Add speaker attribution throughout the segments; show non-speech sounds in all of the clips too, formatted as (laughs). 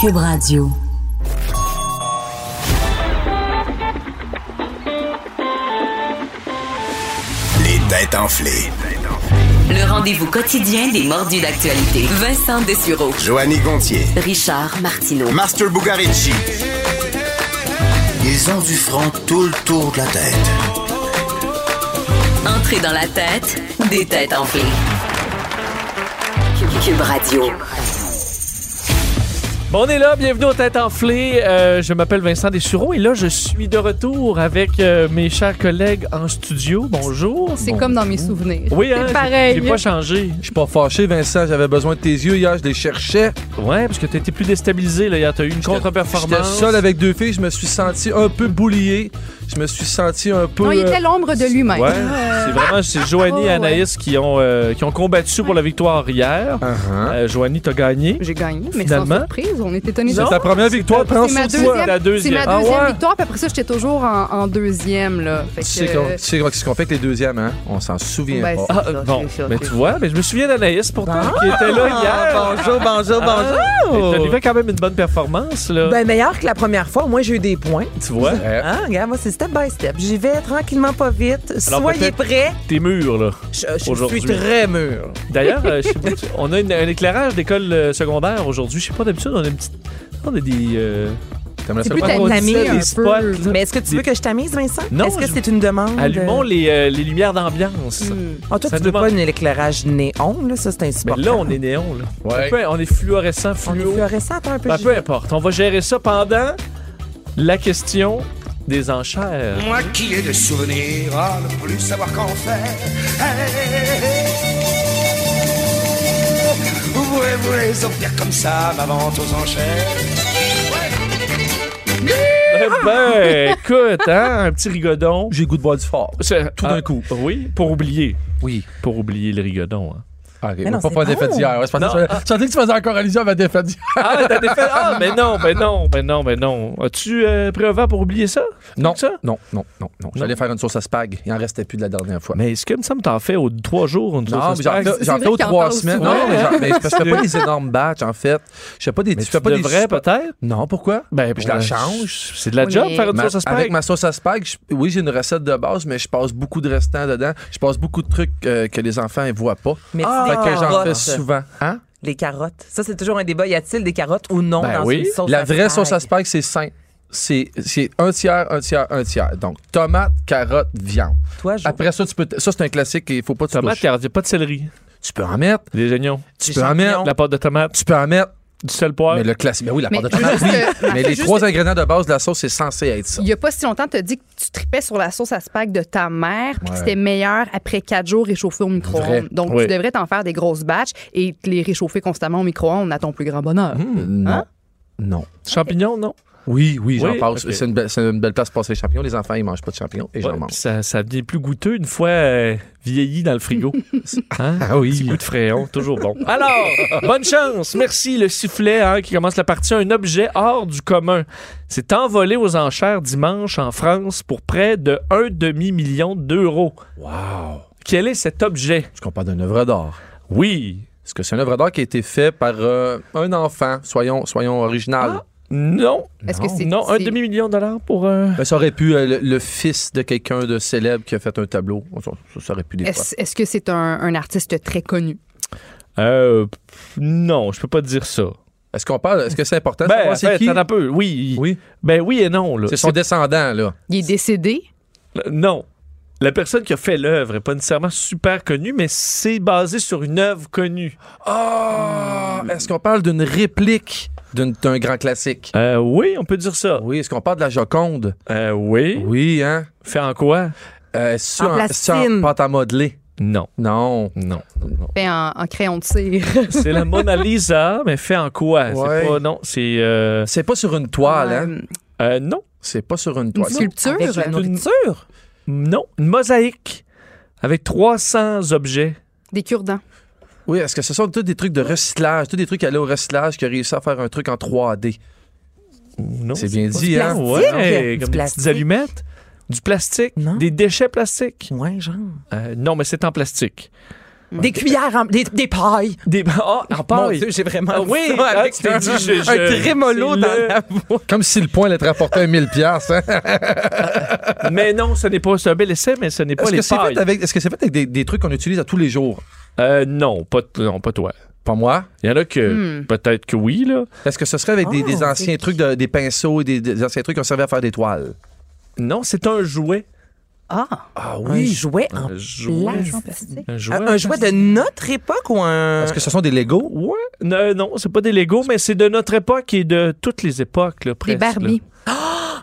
Speaker 1: Cube Radio.
Speaker 2: Les têtes enflées.
Speaker 1: Le rendez-vous quotidien des mordus d'actualité. Vincent Dessureau.
Speaker 2: Joanny Gontier.
Speaker 1: Richard Martineau.
Speaker 2: Master Bugarici. Ils ont du front tout le tour de la tête.
Speaker 1: Entrée dans la tête des têtes enflées. Cube- Cube Radio.
Speaker 3: Bon, on est là, bienvenue aux Têtes Enflées. Euh, je m'appelle Vincent Dessureau et là, je suis de retour avec euh, mes chers collègues en studio. Bonjour.
Speaker 4: C'est
Speaker 3: Bon-
Speaker 4: comme dans mes souvenirs.
Speaker 3: Oui, hein,
Speaker 4: C'est
Speaker 3: j'ai-
Speaker 4: pareil.
Speaker 3: J'ai pas changé.
Speaker 5: Je suis pas fâché, Vincent. J'avais besoin de tes yeux hier. Je les cherchais.
Speaker 3: Ouais, parce que t'étais plus déstabilisé, là. Hier, T'as eu une
Speaker 5: J'étais
Speaker 3: contre-performance.
Speaker 5: seul avec deux filles. Je me suis senti un peu boulié. Je me suis senti un peu.
Speaker 4: Non, il
Speaker 5: euh,
Speaker 4: était l'ombre de lui-même. Ah,
Speaker 3: Ouais, c'est vraiment c'est Joanie
Speaker 4: Oh,
Speaker 3: et
Speaker 4: ouais.
Speaker 3: Anaïs qui ont euh, qui ont combattu pour la victoire hier.
Speaker 5: uh-huh.
Speaker 3: Euh, Joanie, t'as gagné.
Speaker 4: J'ai gagné, mais
Speaker 3: Finalement?
Speaker 4: sans surprise. On était étonnés.
Speaker 5: C'est ta première victoire. Prends
Speaker 4: C'est
Speaker 5: sur
Speaker 4: ma
Speaker 5: toi.
Speaker 4: deuxième,
Speaker 3: la deuxième.
Speaker 4: C'est
Speaker 3: Ah
Speaker 4: ma deuxième
Speaker 3: ouais?
Speaker 4: victoire, puis après ça, j'étais toujours en, en deuxième. Là. Fait
Speaker 5: Tu
Speaker 4: que, euh,
Speaker 5: sais qu'on- tu sais ce qu'on fait avec les deuxièmes, hein? On s'en souvient
Speaker 4: Ben,
Speaker 5: pas.
Speaker 4: c'est-
Speaker 3: Ah,
Speaker 4: ça,
Speaker 3: euh,
Speaker 4: c'est
Speaker 3: bon,
Speaker 4: ça,
Speaker 3: mais
Speaker 4: c'est
Speaker 3: tu vois, mais je me souviens d'Anaïs pourtant
Speaker 4: Ah!
Speaker 3: qui était là hier.
Speaker 6: Bonjour, bonjour, bonjour.
Speaker 3: Et T'as livré quand même une bonne performance là.
Speaker 6: Ben, meilleur que la première fois. Moi, j'ai eu des points.
Speaker 3: tu vois,
Speaker 5: Euh,
Speaker 6: Hein, regarde, moi, c'est step by step. J'y vais tranquillement, pas vite.
Speaker 3: Alors,
Speaker 6: Soyez
Speaker 3: peut-être-
Speaker 6: prêts.
Speaker 3: tes murs là.
Speaker 6: Je, je
Speaker 3: Aujourd'hui.
Speaker 6: suis très mûr.
Speaker 3: D'ailleurs, euh, je sais pas, tu- on a une- un éclairage d'école euh, secondaire aujourd'hui. Je sais pas d'habitude, on a une petite on a des euh,
Speaker 5: t'aimerais
Speaker 6: C'est
Speaker 5: ça
Speaker 6: plus
Speaker 5: pas-
Speaker 6: ta-
Speaker 3: comment on dit
Speaker 6: tamis
Speaker 3: ça,
Speaker 6: un
Speaker 3: des
Speaker 6: peu.
Speaker 3: spots. là.
Speaker 6: Mais est-ce que tu
Speaker 3: Des-
Speaker 6: veux que je t'amuse, Vincent?
Speaker 3: Non,
Speaker 6: Est-ce que
Speaker 3: je-
Speaker 6: c'est une demande?
Speaker 3: Allumons les, euh, les lumières d'ambiance.
Speaker 4: hmm,
Speaker 6: Ah, toi,
Speaker 3: ça
Speaker 6: tu veux
Speaker 3: demande-
Speaker 6: pas un éclairage néon, là? Ça, c'est
Speaker 3: Mais
Speaker 6: insupportable.
Speaker 3: là, on est néon là.
Speaker 5: Ouais.
Speaker 3: Un peu- on est fluorescent,
Speaker 6: On est
Speaker 3: fluo.
Speaker 6: fluorescent, attends un peu.
Speaker 3: Ben,
Speaker 6: j'y
Speaker 3: peu
Speaker 6: vais.
Speaker 3: importe, on va gérer ça pendant la question des enchères.
Speaker 6: (laughs)
Speaker 7: Moi qui ai le souvenir à ne plus savoir qu'en faire. Vous voulez vous les offrir comme ça, ma vente aux enchères
Speaker 3: Eh ben, écoute, hein, un petit rigodon.
Speaker 5: J'ai le goût de boire du fort.
Speaker 3: C'est-
Speaker 5: Tout
Speaker 3: ah,
Speaker 5: d'un coup.
Speaker 3: Oui, pour oublier.
Speaker 5: Oui.
Speaker 3: Pour oublier le rigodon. hein.
Speaker 5: Ah, ok.
Speaker 6: Mais non,
Speaker 5: pas
Speaker 6: c'est
Speaker 5: pas la défaite
Speaker 6: bon.
Speaker 5: d'hier. Ouais, je pensais
Speaker 3: Non.
Speaker 5: que tu- je sentais que tu faisais encore allusion à ma défaite d'hier.
Speaker 3: Ah, t'as des faits- Ah, mais non, mais non, mais non, mais non. As-tu euh, pris un vent pour oublier ça?
Speaker 5: Non,
Speaker 3: ça?
Speaker 5: non, non, non, non. J'allais faire une sauce à spag. Il en restait plus de la dernière fois.
Speaker 3: Mais est-ce que, me semble, t'en fais aux trois jours une
Speaker 5: Non,
Speaker 3: sauce
Speaker 5: mais
Speaker 3: à
Speaker 5: j'en
Speaker 3: spag?
Speaker 5: fais- j'en
Speaker 4: vrai
Speaker 5: fais aux
Speaker 4: qu'il en
Speaker 5: trois
Speaker 4: parle
Speaker 5: semaines.
Speaker 4: souvent.
Speaker 5: Non, mais j'en- mais c'est parce que je fais pas des énormes batchs, en fait. Je fais pas des.
Speaker 3: Mais
Speaker 5: tu fais pas des
Speaker 3: devrais peut-être?
Speaker 5: Non, pourquoi?
Speaker 3: Ben,
Speaker 5: je la
Speaker 3: ouais,
Speaker 5: change.
Speaker 3: C'est de la
Speaker 4: Oui,
Speaker 3: job,
Speaker 4: mais-
Speaker 3: faire une
Speaker 5: Ma-
Speaker 3: sauce à spag.
Speaker 5: avec ma sauce à spag, je- oui, j'ai une recette de base, mais je passe beaucoup de restants dedans. Je passe beaucoup de trucs euh, que les enfants ne voient pas.
Speaker 6: Mais tu
Speaker 5: Fait
Speaker 6: dis des
Speaker 5: que j'en fais
Speaker 6: carottes.
Speaker 5: souvent. Hein?
Speaker 6: Les carottes. Ça, c'est toujours un débat. Y a-t-il des carottes ou non
Speaker 3: Ben
Speaker 6: dans une
Speaker 3: oui.
Speaker 6: sauce
Speaker 5: La
Speaker 6: à
Speaker 5: vraie sauce à
Speaker 6: spag?
Speaker 5: spag, c'est simple. C'est c'est un tiers, un tiers, un tiers. Donc, tomate, carotte, viande.
Speaker 6: Toi, je...
Speaker 5: Après ça, tu peux. t- Ça, c'est un classique et il faut pas que tu
Speaker 3: Tomate,
Speaker 5: touches.
Speaker 3: il n'y a pas de céleri.
Speaker 5: Tu peux en mettre.
Speaker 3: Des oignons.
Speaker 5: Tu
Speaker 6: Des
Speaker 5: peux en mettre.
Speaker 6: champignons.
Speaker 3: De la pâte de tomate.
Speaker 5: Tu peux en mettre.
Speaker 3: Du sel poivre.
Speaker 5: Mais le classique. Mais oui, la
Speaker 4: Mais
Speaker 5: part de tomate.
Speaker 4: juste,
Speaker 5: oui.
Speaker 4: euh,
Speaker 5: Mais les
Speaker 4: juste-
Speaker 5: trois ingrédients de base de la sauce, c'est censé être ça.
Speaker 4: Il y a pas si longtemps, tu as dit que tu tripais sur la sauce à spag de ta mère, puis que c'était meilleur après quatre jours réchauffé au
Speaker 5: Vrai.
Speaker 4: micro-ondes. Donc,
Speaker 3: Oui.
Speaker 4: tu devrais t'en faire des grosses batches et te les réchauffer constamment au micro-ondes à ton plus grand bonheur.
Speaker 3: Mmh.
Speaker 5: Euh, Non.
Speaker 4: Hein?
Speaker 5: Non.
Speaker 3: Champignons, non?
Speaker 5: Oui, oui, j'en
Speaker 3: Oui,
Speaker 5: passe.
Speaker 3: ok.
Speaker 5: C'est une, belle- c'est une belle place pour passer les champignons. Les enfants, ils mangent pas de champignons et j'en
Speaker 3: Ouais,
Speaker 5: mange.
Speaker 3: puis ça, ça devient plus goûteux une fois euh, vieilli dans le
Speaker 5: (laughs)
Speaker 3: frigo. Hein?
Speaker 5: Ah oui.
Speaker 3: Petit goût de frayon, toujours bon. Alors, bonne chance. Merci. Le sifflet hein, qui commence la partie. Un objet hors du commun s'est envolé aux enchères dimanche en France pour près de un demi-million d'euros.
Speaker 5: Wow!
Speaker 3: Quel est cet objet?
Speaker 5: Est-ce qu'on parle d'une œuvre d'art?
Speaker 3: Oui.
Speaker 5: Est-ce que c'est une œuvre d'art qui a été faite par euh, un enfant? Soyons, soyons original.
Speaker 3: Non.
Speaker 4: Est-ce que c'est.
Speaker 3: Non, un
Speaker 4: c'est-
Speaker 3: demi-million de dollars pour... euh,
Speaker 5: Ben, ça aurait pu euh, le, le fils de quelqu'un de célèbre qui a fait un tableau. Ça, ça aurait pu des fois.
Speaker 4: Est-ce est-ce que c'est un, un artiste très connu?
Speaker 3: euh, pff, non, je peux pas dire ça.
Speaker 5: Est-ce qu'on parle? Est-ce que c'est important? de
Speaker 3: Ben,
Speaker 5: savoir c'est
Speaker 3: attends
Speaker 5: qui?
Speaker 3: un peu. Oui.
Speaker 5: Oui.
Speaker 3: Ben oui et non. là.
Speaker 5: C'est son descendant, là.
Speaker 4: Il est décédé?
Speaker 3: Euh, Non. La personne qui a fait l'œuvre est pas nécessairement super connue, mais c'est basé sur une œuvre connue.
Speaker 5: Ah! Est-ce qu'on parle d'une réplique d'une- d'un grand classique?
Speaker 3: Euh, oui, on peut dire ça.
Speaker 5: Oui, est-ce qu'on parle de la Joconde?
Speaker 3: Euh, oui.
Speaker 5: Oui, hein?
Speaker 3: Fait en quoi?
Speaker 5: Euh, est-ce
Speaker 6: En
Speaker 5: en- est-ce en
Speaker 6: plastine.
Speaker 5: pâte à modeler?
Speaker 3: Non,
Speaker 5: Non.
Speaker 3: non, non, non.
Speaker 4: Fait en, en crayon de cire.
Speaker 3: C'est la Mona Lisa, mais fait en quoi?
Speaker 5: Ouais.
Speaker 3: C'est pas, non, c'est... euh,
Speaker 5: C'est pas sur une toile, hein?
Speaker 3: euh, non,
Speaker 5: C'est pas sur une
Speaker 4: Une
Speaker 5: toile.
Speaker 4: sculpture.
Speaker 6: Avec la nourriture.
Speaker 3: non, une mosaïque avec 300 objets.
Speaker 4: Des cure-dents.
Speaker 5: Oui, est-ce que ce sont tous des trucs de recyclage, tous des trucs allés au recyclage qui a réussi à faire un truc en 3D?
Speaker 3: Non,
Speaker 5: C'est bien
Speaker 3: pas-
Speaker 5: dit, hein?
Speaker 3: Ouais,
Speaker 6: Du
Speaker 3: comme des petites
Speaker 6: plastique.
Speaker 3: allumettes. Du plastique,
Speaker 6: Non.
Speaker 3: des déchets plastiques.
Speaker 6: Ouais, genre.
Speaker 3: Euh, non, mais c'est en plastique.
Speaker 6: Des cuillères, en- des, des pailles.
Speaker 3: Des (laughs) ah, en
Speaker 6: Mon
Speaker 3: paille.
Speaker 6: Dieu, j'ai vraiment
Speaker 3: Ah
Speaker 6: dit
Speaker 3: oui,
Speaker 6: ça
Speaker 3: ah,
Speaker 6: avec
Speaker 3: tu t'es
Speaker 6: un,
Speaker 3: dit, je- je-
Speaker 6: un trémolo
Speaker 3: c'est
Speaker 6: dans
Speaker 3: le-
Speaker 6: la voix.
Speaker 5: Comme si le point allait te rapporter un 1000 piastres, hein?
Speaker 3: Mais non, ce n'est pas c'est un bel essai, mais ce n'est pas
Speaker 5: Est-ce
Speaker 3: les
Speaker 5: que c'est
Speaker 3: pailles.
Speaker 5: fait avec, est-ce que c'est fait avec des, des trucs qu'on utilise à tous les jours?
Speaker 3: Euh, non, pas t- non, pas toi.
Speaker 5: Pas moi.
Speaker 3: Il y en a que peut-être que oui là.
Speaker 5: Est-ce que ce serait avec des,
Speaker 6: Ah,
Speaker 5: des
Speaker 6: c'est-
Speaker 5: anciens trucs, de- des pinceaux et des, des anciens trucs qu'on servait à faire des toiles?
Speaker 3: Non, c'est un jouet.
Speaker 4: Ah,
Speaker 3: Ah
Speaker 6: Un jouet en
Speaker 3: un jouet.
Speaker 6: plastique.
Speaker 4: plastique.
Speaker 3: Un jouet.
Speaker 6: Un, un jouet de notre époque ou un.
Speaker 5: Est-ce que ce sont des Legos?
Speaker 3: Ouais. Non, non, c'est pas des Legos, mais c'est de notre époque et de toutes les époques là,
Speaker 4: Des
Speaker 3: presque.
Speaker 4: Barbies.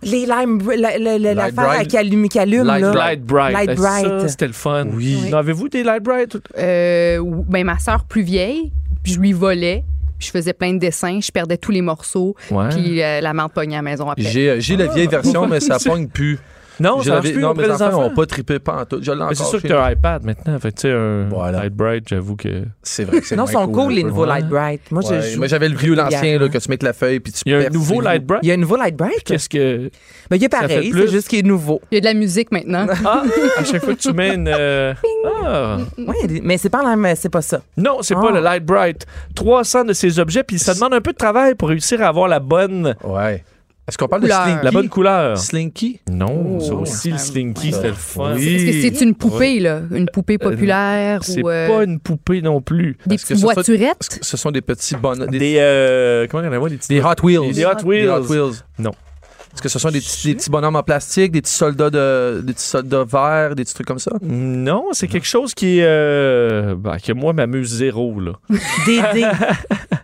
Speaker 6: Les lime. la- la- la-
Speaker 5: Light
Speaker 6: L'affaire
Speaker 5: Bride.
Speaker 6: qui allume, qui allume,
Speaker 5: Light
Speaker 6: là.
Speaker 3: là. Light Bright.
Speaker 6: Light
Speaker 3: Ah,
Speaker 6: Bright.
Speaker 3: Ça, c'était le fun.
Speaker 5: Oui.
Speaker 3: En Avez-vous des Light Bright?
Speaker 4: Euh, ou- ben, ma sœur plus vieille, puis je lui volais, puis je faisais plein de dessins, je perdais tous les morceaux,
Speaker 3: Ouais.
Speaker 4: puis euh, la marde pognait à la maison après.
Speaker 5: J'ai, euh, j'ai la vieille version, mais (laughs) ça pogne plus.
Speaker 3: Non,
Speaker 5: J'ai
Speaker 3: ça
Speaker 5: la
Speaker 3: marche
Speaker 5: vieille-
Speaker 3: plus
Speaker 5: non,
Speaker 3: auprès
Speaker 5: mes
Speaker 3: des
Speaker 5: enfants
Speaker 3: enfants.
Speaker 5: n'ont pas trippé pas en tout. Je l'ai
Speaker 3: Mais c'est
Speaker 5: encore
Speaker 3: sûr que
Speaker 5: chez
Speaker 3: t'as
Speaker 5: nous.
Speaker 3: un iPad maintenant. Fait que, tu sais, un
Speaker 5: Voilà.
Speaker 3: Light Bright, j'avoue que.
Speaker 5: C'est vrai que c'est
Speaker 6: Non,
Speaker 5: bien
Speaker 6: ils sont
Speaker 5: cool,
Speaker 6: cool, les
Speaker 5: là.
Speaker 6: nouveaux
Speaker 3: Ouais.
Speaker 6: Light Bright. Moi,
Speaker 5: Ouais,
Speaker 6: je joue.
Speaker 5: moi, j'avais le vieux, l'ancien, là, que tu mets avec la feuille, puis tu
Speaker 3: Il y a un
Speaker 5: perces
Speaker 3: nouveau
Speaker 5: les
Speaker 3: Light Bright?
Speaker 6: Il y a un nouveau Light Bright. là.
Speaker 3: Qu'est-ce que.
Speaker 6: Ben, il est
Speaker 3: fait
Speaker 6: pareil,
Speaker 3: plus.
Speaker 6: c'est juste qu'il est nouveau.
Speaker 4: Il y a de la musique maintenant.
Speaker 3: Ah, (laughs) à chaque fois que tu mets une. euh, Ah.
Speaker 6: Ouais, mais c'est pas la même, c'est pas ça.
Speaker 3: Non, c'est
Speaker 6: Ah.
Speaker 3: pas le Light Bright. 300 de ces objets, puis ça demande un peu de travail pour réussir à avoir la bonne,
Speaker 5: Ouais. Est-ce qu'on parle de
Speaker 4: Couleur.
Speaker 5: Slinky?
Speaker 3: la bonne couleur.
Speaker 5: Slinky?
Speaker 3: Non,
Speaker 4: Oh.
Speaker 3: ça aussi, le Slinky, c'était le fun.
Speaker 5: Oui.
Speaker 4: Est-ce que c'est une poupée, là? Une poupée populaire
Speaker 3: C'est
Speaker 4: ou euh,
Speaker 3: pas une poupée non plus.
Speaker 4: des
Speaker 5: Est-ce que
Speaker 4: petites
Speaker 5: ça fait-
Speaker 4: voiturettes?
Speaker 5: Est-ce que Ce sont des petits bonhommes. Des,
Speaker 3: Des. euh, comment on appelle des petits.
Speaker 5: des Hot Wheels.
Speaker 3: Des Hot Wheels.
Speaker 5: Des Hot Wheels.
Speaker 3: Non.
Speaker 5: Est-ce que ce sont des, petits- des petits bonhommes en plastique, des petits soldats de, des petits soldats verts, des petits trucs comme ça?
Speaker 3: Non, c'est quelque chose qui est. euh, bah, que moi m'amuse zéro, là.
Speaker 6: Dédé.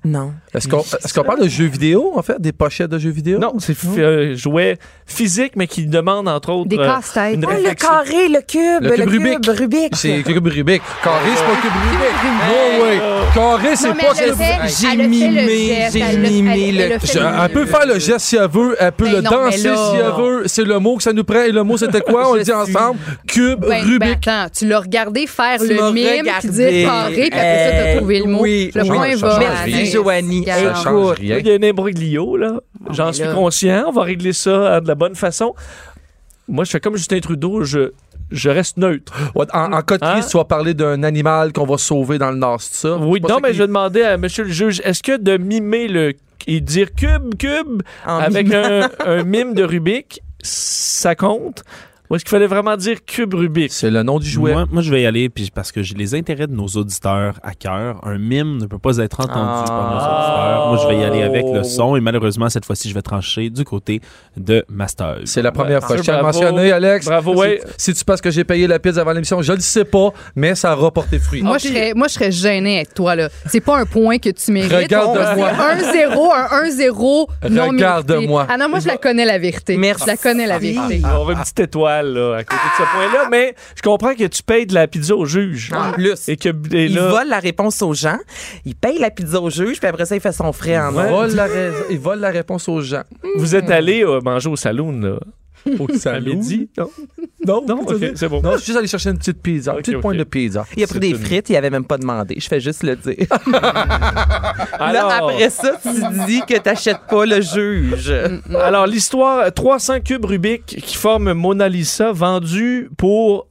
Speaker 6: non.
Speaker 5: Est-ce qu'on est-ce qu'on parle de jeux vidéo, en fait? Des pochettes de jeux vidéo?
Speaker 3: Non, c'est f- euh, jouet physique, mais qui demande, entre autres.
Speaker 4: Des
Speaker 3: euh,
Speaker 4: casse-têtes.
Speaker 3: une
Speaker 6: Ah, le
Speaker 3: réflexion.
Speaker 6: carré, le cube,
Speaker 5: Le
Speaker 6: le,
Speaker 5: cube
Speaker 6: cube Rubik.
Speaker 5: C'est le cube Rubik. Carré, c'est pas le cube Rubik. Oh, oui. Carré, c'est
Speaker 4: Non, mais
Speaker 5: pas
Speaker 4: elle le
Speaker 5: cube
Speaker 4: fait,
Speaker 5: Rubik.
Speaker 6: J'ai
Speaker 4: elle le fait,
Speaker 6: mimé,
Speaker 4: le geste,
Speaker 6: j'ai
Speaker 4: elle le-
Speaker 6: mimé
Speaker 4: elle-
Speaker 6: le-
Speaker 4: elle le fait,
Speaker 5: Je-
Speaker 4: le
Speaker 5: elle peut
Speaker 4: mime.
Speaker 5: faire le geste si elle veut, elle peut
Speaker 4: Ben
Speaker 5: le
Speaker 4: non,
Speaker 5: danser si
Speaker 4: mais là-
Speaker 5: elle veut. C'est le mot que ça nous prend. Et le mot, c'était quoi? On le dit ensemble. Cube
Speaker 4: Ben, ben,
Speaker 5: Rubik.
Speaker 4: attends, tu l'as regardé faire
Speaker 6: Tu m'as
Speaker 4: le mime,
Speaker 6: regardé.
Speaker 4: puis dire carré, puis après ça, t'as
Speaker 6: Eh,
Speaker 4: trouvé le mot.
Speaker 6: oui.
Speaker 4: le
Speaker 5: Ça
Speaker 4: point
Speaker 5: change- ça
Speaker 4: va.
Speaker 5: change
Speaker 4: à (laughs)
Speaker 5: rien.
Speaker 4: Anaïs.
Speaker 6: Joannie.
Speaker 4: Garde.
Speaker 6: Ça
Speaker 5: change
Speaker 6: écoute.
Speaker 5: rien.
Speaker 3: Il y a un imbroglio, là. J'en
Speaker 4: Ah, mais
Speaker 3: suis
Speaker 4: là-
Speaker 3: conscient. On va régler ça euh, de la bonne façon. Moi, je fais comme Justin Trudeau, je, je reste neutre.
Speaker 5: Ouais, en, en cas de crise,
Speaker 3: Hein?
Speaker 5: tu vas parler d'un animal qu'on va sauver dans le Nord, c'est ça?
Speaker 3: Oui,
Speaker 5: C'est pas
Speaker 3: non,
Speaker 5: ça
Speaker 3: mais
Speaker 5: qui-
Speaker 3: je demandais à monsieur le juge, est-ce que de mimer le et dire cube, cube,
Speaker 6: En
Speaker 3: avec un, un mime de Rubik, ça compte? Ou est-ce qu'il fallait vraiment dire cube Rubik?
Speaker 5: C'est le nom du jouet.
Speaker 8: Moi, moi, je vais y aller puis parce que j'ai les intérêts de nos auditeurs à cœur. Un mime ne peut pas être entendu par nos
Speaker 5: Ah.
Speaker 8: auditeurs. Moi, je vais y aller avec le son et malheureusement, cette fois-ci, je vais trancher du côté de Master.
Speaker 5: C'est la première fois.
Speaker 3: sûr,
Speaker 5: Je t'ai
Speaker 3: bravo.
Speaker 5: mentionné, Alex.
Speaker 3: Bravo,
Speaker 5: Si-
Speaker 3: ouais.
Speaker 5: Si, tu penses que j'ai payé la pizza avant l'émission, je le sais pas, mais ça a rapporté fruit. Ah,
Speaker 4: Moi, je serais, moi, je serais gênée avec toi, là. C'est pas un point que tu mérites.
Speaker 5: Regarde-moi.
Speaker 4: Un 0, un 1-0. non mérité.
Speaker 5: Regarde-moi.
Speaker 4: Ah non, moi, je la connais, la vérité.
Speaker 6: Merci.
Speaker 4: Je la connais, la vérité.
Speaker 3: On veut une petite étoile là, à côté de ce point-là, mais je comprends que tu payes de la pizza au juge.
Speaker 4: Ah.
Speaker 6: En plus.
Speaker 3: Et que et
Speaker 6: Il
Speaker 3: là,
Speaker 6: vole la réponse aux gens, il paye la pizza au juge, puis après ça, il fait son frais en
Speaker 5: Il
Speaker 6: or.
Speaker 5: vole la rais- Il vole la réponse
Speaker 3: (laughs)
Speaker 5: aux gens.
Speaker 3: vous êtes allé euh, manger au saloon là, à
Speaker 5: À
Speaker 3: midi. Non,
Speaker 5: Non,
Speaker 4: Ah,
Speaker 3: non ok, c'est bon.
Speaker 5: Non, je suis juste allé chercher une petite pizza,
Speaker 3: Ok,
Speaker 5: une petite
Speaker 3: ok.
Speaker 5: pointe de pizza.
Speaker 6: Il a pris des
Speaker 3: une-
Speaker 6: frites, il avait même pas demandé. Je fais juste le
Speaker 3: (laughs)
Speaker 6: dire.
Speaker 3: Alors,
Speaker 6: Là, après ça, tu dis que t'achètes pas le juge.
Speaker 3: Alors, l'histoire, euh, 300 cubes Rubik qui forment Mona Lisa, vendus pour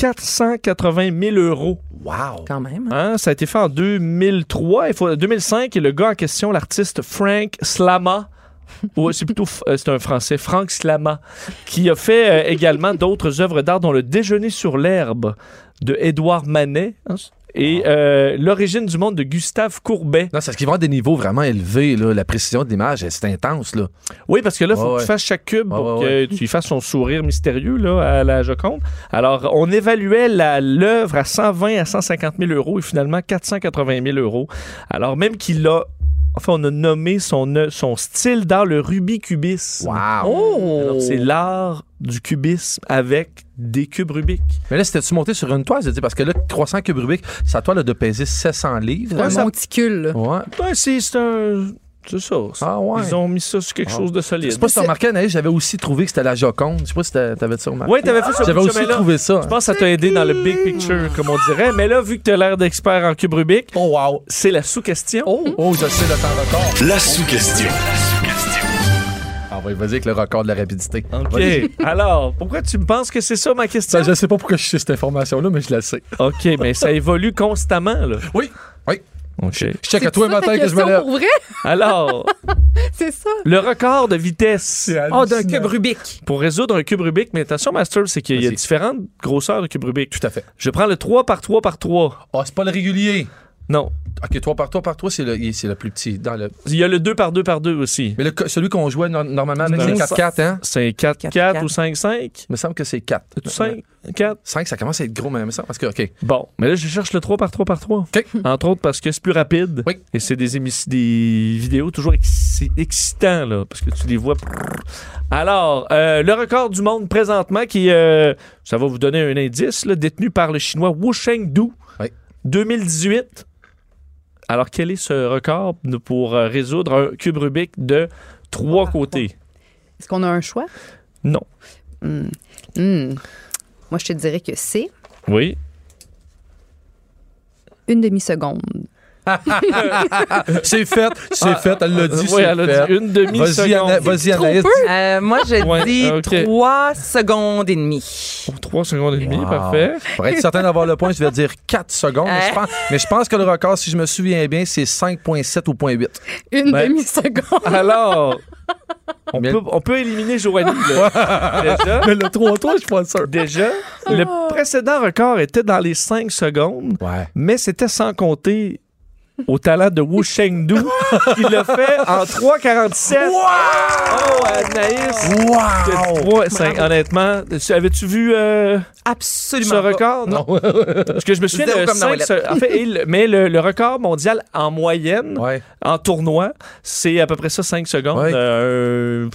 Speaker 3: 480 000 euros.
Speaker 5: Wow.
Speaker 6: Quand même.
Speaker 3: Hein, Ça a été fait en 2003. Il faut, 2005, et le gars en question, l'artiste Frank Slama, (laughs) ou c'est plutôt f- euh, c'est un français, Frank Slama, qui a fait euh, également d'autres œuvres d'art, dont Le Déjeuner sur l'herbe de Édouard Manet hein, et euh, L'origine du monde de Gustave Courbet.
Speaker 5: Non, c'est parce qu'ils vont à des niveaux vraiment élevés, là. La précision de l'image, c'est intense, là.
Speaker 3: Oui, parce que là, il faut que
Speaker 5: Ouais, ouais.
Speaker 3: tu fasses chaque cube
Speaker 5: Ouais,
Speaker 3: pour
Speaker 5: ouais,
Speaker 3: que tu y fasses son sourire mystérieux là, à la Joconde. Alors, on évaluait la- l'œuvre à 120 000 à 150 000 euros et finalement 480 000 euros. Alors, même qu'il a Enfin, on a nommé son, euh, son style d'art le rubis cubisme. Alors, C'est l'art du cubisme avec des cubes Rubik.
Speaker 5: Mais là, c'était-tu monté sur une toile? C'est-à-dire, parce que là, 300 cubes Rubik, sa toile a de peser 700 livres.
Speaker 4: Un
Speaker 5: Ouais, ça-
Speaker 4: monticule. là.
Speaker 5: Ouais.
Speaker 3: Ben, c'est c'est un. C'est ça. c'est-
Speaker 5: Ah ouais.
Speaker 3: Ils ont mis ça sur quelque
Speaker 5: Ah.
Speaker 3: chose de solide.
Speaker 5: Je sais pas si t'as remarqué, Anaïs, j'avais aussi trouvé que c'était la Joconde. Je sais pas si t'a- t'avais ça remarqué.
Speaker 3: Oui, t'avais fait ce
Speaker 5: J'avais
Speaker 3: bout de
Speaker 5: aussi
Speaker 3: chemin-là.
Speaker 5: trouvé ça. hein.
Speaker 3: Je pense que ça t'a aidé dans le big picture, comme on dirait. Mais là, vu que t'as l'air d'expert en cube Rubik,
Speaker 5: Oh, wow.
Speaker 3: c'est la sous-question.
Speaker 5: Oh, je sais le temps record.
Speaker 2: La sous-question.
Speaker 5: Ah, ouais, vas-y avec le record de la rapidité.
Speaker 3: OK.
Speaker 5: Vas-y.
Speaker 3: Alors, pourquoi tu me penses que c'est ça ma question?
Speaker 5: Ça, je sais pas pourquoi je sais cette information-là, mais je la sais.
Speaker 3: OK, mais ça évolue constamment, là.
Speaker 5: Oui. Oui.
Speaker 3: OK.
Speaker 5: Je check à
Speaker 4: C'est
Speaker 5: toi
Speaker 4: ça, ta
Speaker 5: matin que je me
Speaker 4: question
Speaker 5: lève.
Speaker 4: pour vrai? (laughs)
Speaker 3: Alors,
Speaker 4: C'est ça.
Speaker 3: le record de vitesse. Ah,
Speaker 5: Oh, d'un
Speaker 3: cube Rubik. Pour résoudre un cube Rubik, mais attention, Master, c'est qu'il y a
Speaker 5: Vas-y.
Speaker 3: différentes grosseurs de cube Rubik.
Speaker 5: Tout à fait.
Speaker 3: Je prends le 3 par 3 par 3.
Speaker 5: Ah, c'est pas le régulier.
Speaker 3: Non.
Speaker 5: Ok, toi par toi par toi, c'est le, il- c'est le plus petit. Dans le...
Speaker 3: Il y a le 2 par 2 par 2 aussi.
Speaker 5: Mais le, co- celui qu'on jouait no- normalement avec,
Speaker 3: Non.
Speaker 5: c'est 4-4, hein?
Speaker 3: C'est 4, 4,
Speaker 9: Quatre, quatre.
Speaker 3: ou 5, 5?
Speaker 5: Il me semble que c'est 4.
Speaker 3: 5, 4.
Speaker 5: 5, ça commence à être gros, mais il me semble. Parce que, ok.
Speaker 3: Bon, mais là, je cherche le 3 par 3 par 3.
Speaker 5: OK.
Speaker 3: Entre autres parce que c'est plus rapide.
Speaker 5: Oui.
Speaker 3: Et c'est des, émis- des vidéos toujours exci- excitants, là, parce que tu les vois. Alors, euh, le record du monde présentement, qui, euh, ça va vous donner un indice, là, détenu par le chinois Wu Chengdu,
Speaker 5: Oui.
Speaker 3: 2018. Alors, quel est ce record pour euh, résoudre un cube Rubik de trois côtés?
Speaker 4: Est-ce qu'on a un choix?
Speaker 3: Non.
Speaker 4: Hmm. Hmm. Moi, je te dirais que c'est
Speaker 3: Oui.
Speaker 4: une demi-seconde.
Speaker 5: C'est fait, c'est fait, elle l'a dit,
Speaker 3: oui,
Speaker 5: c'est
Speaker 3: Ah, elle a dit
Speaker 5: fait.
Speaker 3: une demi-seconde.
Speaker 5: Vas-y, Ana- vas-y, Anaïs.
Speaker 9: Euh, moi, je
Speaker 3: Ouais,
Speaker 9: dis
Speaker 3: ok.
Speaker 9: 3 secondes et demie.
Speaker 3: Pour trois secondes et demie,
Speaker 5: Wow.
Speaker 3: parfait.
Speaker 5: Pour être certain d'avoir le point, je vais dire 4 secondes. Mais, je
Speaker 9: Hein?
Speaker 5: pense, mais je pense que le record, si je me souviens bien, c'est 5.7 ou 0.8.
Speaker 4: Une
Speaker 3: Ben-
Speaker 4: demi-seconde.
Speaker 3: Alors, on,
Speaker 5: Mais-
Speaker 3: peut, on peut éliminer Joanie. là. déjà,
Speaker 5: Mais le 3-3, je suis pas sûr.
Speaker 3: déjà,
Speaker 9: Ah.
Speaker 3: le précédent record était dans les 5 secondes,
Speaker 5: Ouais.
Speaker 3: mais c'était sans compter au talent de Wu
Speaker 9: (laughs)
Speaker 3: Chengdu qui l'a fait en 3,47. Oh, Anaïs!
Speaker 5: Wow!
Speaker 3: Ouais, c'est- honnêtement, tu- avais-tu vu euh,
Speaker 9: Absolument.
Speaker 3: ce
Speaker 9: pas.
Speaker 3: record? Non. Parce que je me souviens
Speaker 9: Zéro
Speaker 3: de
Speaker 9: comme dans
Speaker 3: cinq
Speaker 9: Wallet.
Speaker 3: se- en fait, il- mais le, le record mondial en moyenne,
Speaker 5: Ouais.
Speaker 3: en tournoi, c'est à peu près ça, 5 secondes.
Speaker 5: Ouais.
Speaker 3: Euh,